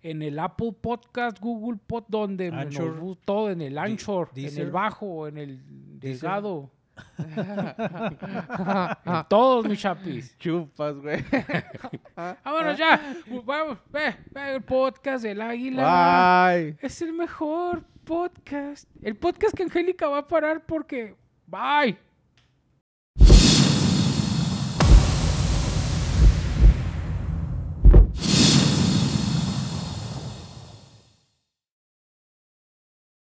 Speaker 1: en el Apple Podcast, Google Pod, donde nos
Speaker 3: Anchor.
Speaker 1: bus- todo, en el Anchor, en
Speaker 3: Deezer.
Speaker 1: el bajo, en el
Speaker 3: Deezer.
Speaker 1: delgado.
Speaker 2: Ah.
Speaker 1: en todos, mis [laughs]
Speaker 2: [laughs]
Speaker 3: [laughs]
Speaker 1: chapis.
Speaker 2: Chupas, güey.
Speaker 1: [laughs]
Speaker 2: [laughs]
Speaker 1: Vámonos
Speaker 3: Ah.
Speaker 1: ya. Vamos, ve, ve el podcast del
Speaker 3: Ah.
Speaker 1: águila.
Speaker 2: Bye.
Speaker 1: Es el mejor podcast. El podcast que Angélica va a parar porque. Bye.